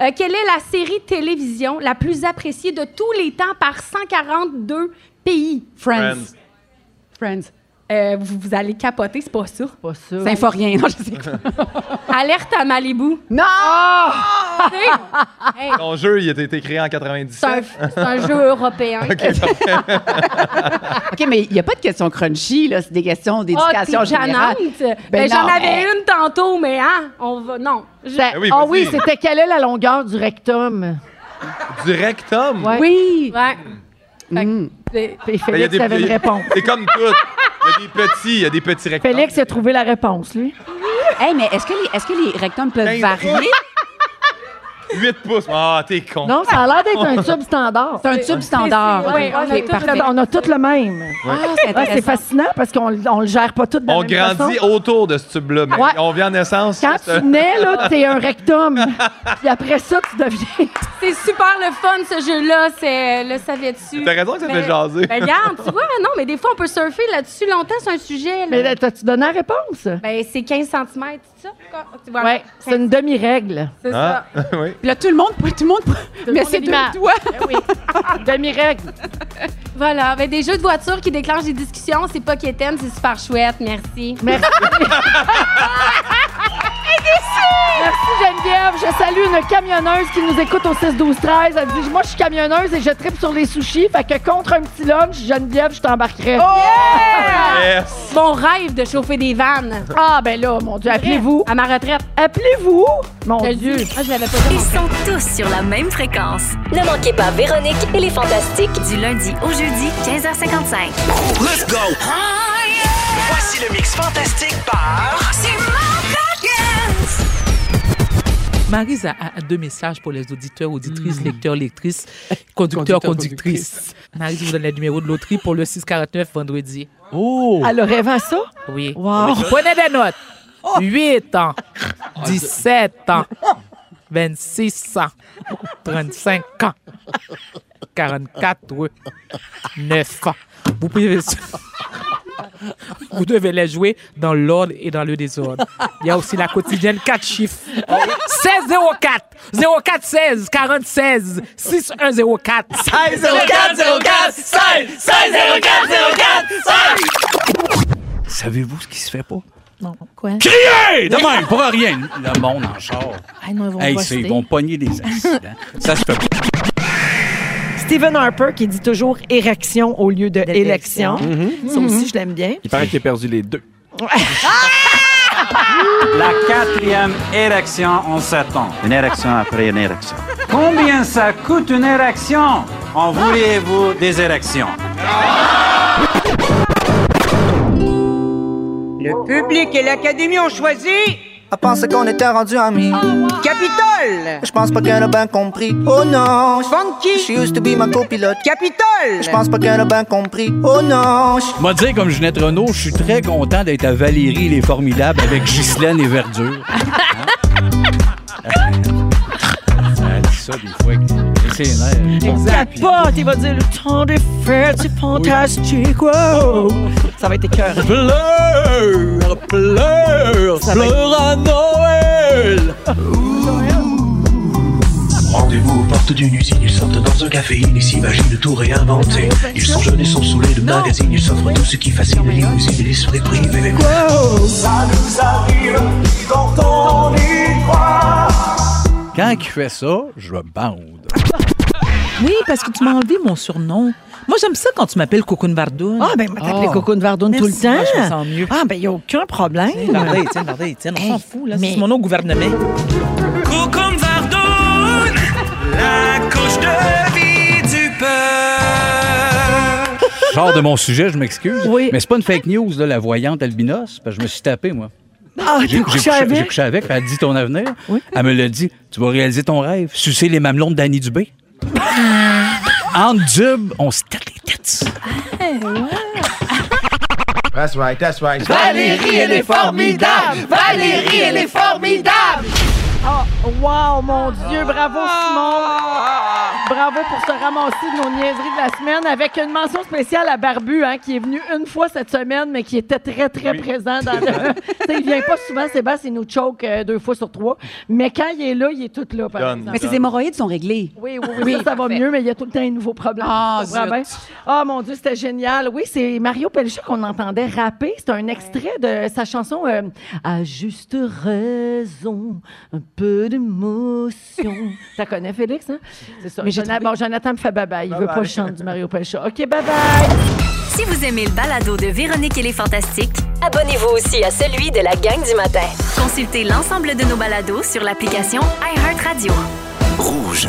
Speaker 13: Euh, quelle est la série télévision la plus appréciée de tous les temps par 142 pays?
Speaker 16: Friends. Friends.
Speaker 13: Euh, vous, vous allez capoter, c'est pas ça. C'est
Speaker 3: pas ça.
Speaker 16: Symphorien, non, je sais
Speaker 13: Alerte à Malibu. Ah!
Speaker 16: Non!
Speaker 11: Ton jeu, il a été créé en
Speaker 13: c'est un,
Speaker 11: 97.
Speaker 13: c'est un jeu européen.
Speaker 16: OK, mais il n'y a pas de questions crunchy, là. C'est des questions d'éducation
Speaker 13: Ah, t'es
Speaker 16: générale.
Speaker 13: gênante.
Speaker 16: Ben
Speaker 13: Ben,
Speaker 16: non,
Speaker 13: j'en avais
Speaker 16: mais-
Speaker 13: une tantôt, mais hein, on va. Non. Je-
Speaker 3: Ça-
Speaker 11: Ben oui,
Speaker 3: ah
Speaker 11: vas-y.
Speaker 3: oui, c'était quelle est la longueur du rectum?
Speaker 11: Du rectum.
Speaker 3: Ouais.
Speaker 13: Ouais.
Speaker 16: Mm.
Speaker 13: Fait que-
Speaker 3: Et
Speaker 11: Ben, il y a
Speaker 3: Félix
Speaker 11: des-
Speaker 3: avait
Speaker 11: il
Speaker 3: une
Speaker 11: y a-
Speaker 3: réponse.
Speaker 11: C'est comme tout. Il Il y a des petits, il y a des petits rectangles.
Speaker 17: Félix a trouvé la réponse, lui.
Speaker 16: Hey, mais est-ce que, les- est-ce que les rectangles
Speaker 11: Ben,
Speaker 16: peuvent varier?
Speaker 11: 8 pouces. Ah, t'es con.
Speaker 17: Non, ça a l'air d'être un tube standard.
Speaker 16: C'est un tube standard.
Speaker 17: Oui, on, a
Speaker 16: Ok,
Speaker 17: tout
Speaker 16: parfait.
Speaker 17: le- on a tout le même.
Speaker 11: Ah,
Speaker 17: Ouais,
Speaker 16: c'est
Speaker 17: c'est
Speaker 16: intéressant.
Speaker 17: fascinant parce qu'on ne le gère pas tout de la
Speaker 11: On
Speaker 17: même
Speaker 11: grandit
Speaker 17: façon.
Speaker 11: autour de ce tube-là, mais
Speaker 17: Ouais.
Speaker 11: on vient en naissance.
Speaker 17: Quand
Speaker 11: c'est-
Speaker 17: tu nais, là, t'es un rectum. Puis après ça, tu deviens...
Speaker 13: C'est super le fun, ce jeu-là. C'est le savais-tu.
Speaker 11: T'as raison que ça
Speaker 13: Mais-
Speaker 11: fait jaser.
Speaker 13: Ben, regarde, tu vois, non, mais des fois, on peut surfer là-dessus longtemps sur un sujet.
Speaker 17: Mais
Speaker 13: Là.
Speaker 17: là, t'as-tu donné la réponse?
Speaker 13: Ben, c'est 15 cm, ça? Tu vois,
Speaker 17: Oui, c'est une demi-règle.
Speaker 13: C'est
Speaker 11: Ah, oui.
Speaker 16: Puis là, tout le monde, tout le monde,
Speaker 17: mais c'est deux doigts. Ben oui. Demi-règle.
Speaker 13: Voilà, ben, des jeux de voiture qui déclenchent des discussions, c'est pas quétaine, c'est super chouette. Merci.
Speaker 17: Merci.
Speaker 11: Ah.
Speaker 17: Merci Geneviève. Je salue une camionneuse qui nous écoute au 6-12-13. Elle dit Moi, je suis camionneuse et je tripe sur les sushis. Fait que contre un petit lunch, Geneviève, je t'embarquerai.
Speaker 3: Oh!
Speaker 11: Yes!
Speaker 13: Mon rêve de chauffer des vannes.
Speaker 17: Ah, ben là, mon Dieu, appelez-vous.
Speaker 13: À ma retraite.
Speaker 17: Appelez-vous. Mon
Speaker 13: Je le
Speaker 17: Dieu.
Speaker 13: dis. Moi, Ah, je l'avais pas
Speaker 1: Ils sont tous sur la même fréquence. Ne manquez pas Véronique et les Fantastiques du lundi au jeudi 15h55.
Speaker 14: Let's go! Voici le mix fantastique par. C'est
Speaker 8: Maryse a, a- a deux messages pour les auditeurs, auditrices, lecteurs, lectrices, conducteurs,
Speaker 7: Mm. Conducteurs,
Speaker 8: conductrices. Maryse vous donne le numéro de loterie pour le 649 vendredi.
Speaker 7: Oh!
Speaker 17: Elle aurait vingt ça?
Speaker 8: Oui.
Speaker 17: Wow.
Speaker 8: Prenez des notes. 8 ans, 17 ans, 26 ans, 35 ans, 44, 9 ans. Vous pouvez... Vous devez les jouer dans l'ordre et dans le désordre. Il y a aussi la quotidienne 4 chiffres. 16 04 04 16 40 16 6 1 04 16
Speaker 14: 16 04 04
Speaker 15: Savez-vous ce qui se fait pas?
Speaker 8: Non, quoi?
Speaker 15: Crier! De même, pour rien. Le monde en char.
Speaker 8: Ah non, ils vont
Speaker 15: Hey,
Speaker 8: poster.
Speaker 15: c'est- ils vont pogner des accidents. Ça se peut pas.
Speaker 3: Stephen Harper qui dit toujours érection au lieu de élection.
Speaker 5: Mhm.
Speaker 3: Ça aussi, je l'aime bien.
Speaker 5: Il paraît qu'il a perdu les deux.
Speaker 18: La quatrième érection en sept ans.
Speaker 19: Une érection après une érection.
Speaker 18: Combien ça coûte une érection? En voulez-vous des érections?
Speaker 12: Le public et l'académie ont choisi. Je pensais qu'on était rendu amis. Capitole. Je pense pas qu'elle a bien compris. Oh non. Funky. She used to be ma copilote. Capitole. Je pense pas qu'elle a bien compris. Oh non.
Speaker 15: Moi, dire comme Ginette Renault, je suis très content d'être à Valérie les Formidables avec Ghislaine et Verdure. Elle dit ça des fois. avec ses nerfs.
Speaker 3: Exact. Capote, il va dire le temps des fêtes, c'est fantastique. wow. Ça va être écœurant.
Speaker 15: Pleure, pleure,
Speaker 3: Ça va être-
Speaker 15: pleure à Noël.
Speaker 14: Rendez-vous aux portes d'une usine, ils sortent dans un café, ils s'imaginent tout réinventer. Ils sont jeunes et sont saoulés de magazines, ils s'offrent tout ce qui fascine les limousines et l'esprit privé. Ça nous arrive quand on y croit.
Speaker 15: Quand il fait ça, je bande.
Speaker 8: Oui, parce que tu m'as enlevé mon surnom. Moi, j'aime ça quand tu m'appelles Cocoon Vardoune.
Speaker 3: Ah, ben, moi, t'appelais
Speaker 8: Oh.
Speaker 3: Cocoon Vardoune tout le
Speaker 8: Merci, moi,
Speaker 3: temps.
Speaker 8: je me sens mieux.
Speaker 3: Ah, ben, il n'y a aucun problème.
Speaker 8: Tiens, Gardez, tiens, gardez, tiens, on s'en fout, là.
Speaker 3: mais-
Speaker 8: C'est mon nom au gouvernement.
Speaker 14: Cocon Vardoune, la couche de vie du peuple.
Speaker 15: Je sors de mon sujet, je m'excuse.
Speaker 14: Oui.
Speaker 15: Mais c'est pas une fake news, là, la voyante albinos, parce que je me suis tapé, moi.
Speaker 14: Ah,
Speaker 15: J'ai-
Speaker 14: t'as
Speaker 15: j'ai
Speaker 14: couché
Speaker 15: couché,
Speaker 14: avec?
Speaker 15: j'ai couché avec, puis elle dit ton avenir. Elle me l'a dit, tu vas réaliser ton rêve, sucer les mamelons de Danny Dubé.
Speaker 10: Ah,
Speaker 15: en dub, on se tête les têtes.
Speaker 19: That's right, that's right.
Speaker 14: Valérie, elle est formidable. Valérie, elle est
Speaker 3: formidable. Ah, wow, mon Dieu, bravo Simon. Bravo pour ce ramassis de nos niaiseries de la semaine avec une mention spéciale à Barbu, hein, qui est venu une fois cette semaine, mais qui était très, très présent dans le... Tu sais, il vient pas souvent, Sébastien, il nous choke euh, deux fois sur trois, mais quand il est là, il est tout là, par exemple.
Speaker 16: Mais ses hémorroïdes sont réglées.
Speaker 3: Oui, oui, oui, ça, ça va mieux, mais il y a tout le temps un nouveau problème.
Speaker 16: Ah,
Speaker 3: Tu comprends
Speaker 16: zut.
Speaker 3: bien? Ah, mon Dieu, c'était génial. Oui, c'est Mario Pelcha qu'on entendait rapper. C'est un extrait de sa chanson euh, À juste raison, un peu d'émotion. Ça connaît Félix, hein? C'est ça.
Speaker 17: Mais j'ai
Speaker 3: Jonathan, bon, Jonathan me fait bye-bye. Il veut pas
Speaker 17: Bye-bye.
Speaker 3: le chant du Mario Pelcha. OK, bye-bye.
Speaker 1: Si vous aimez le balado de Véronique et les Fantastiques, abonnez-vous aussi à celui de la gang du matin. Consultez l'ensemble de nos balados sur l'application iHeartRadio.
Speaker 14: Rouge.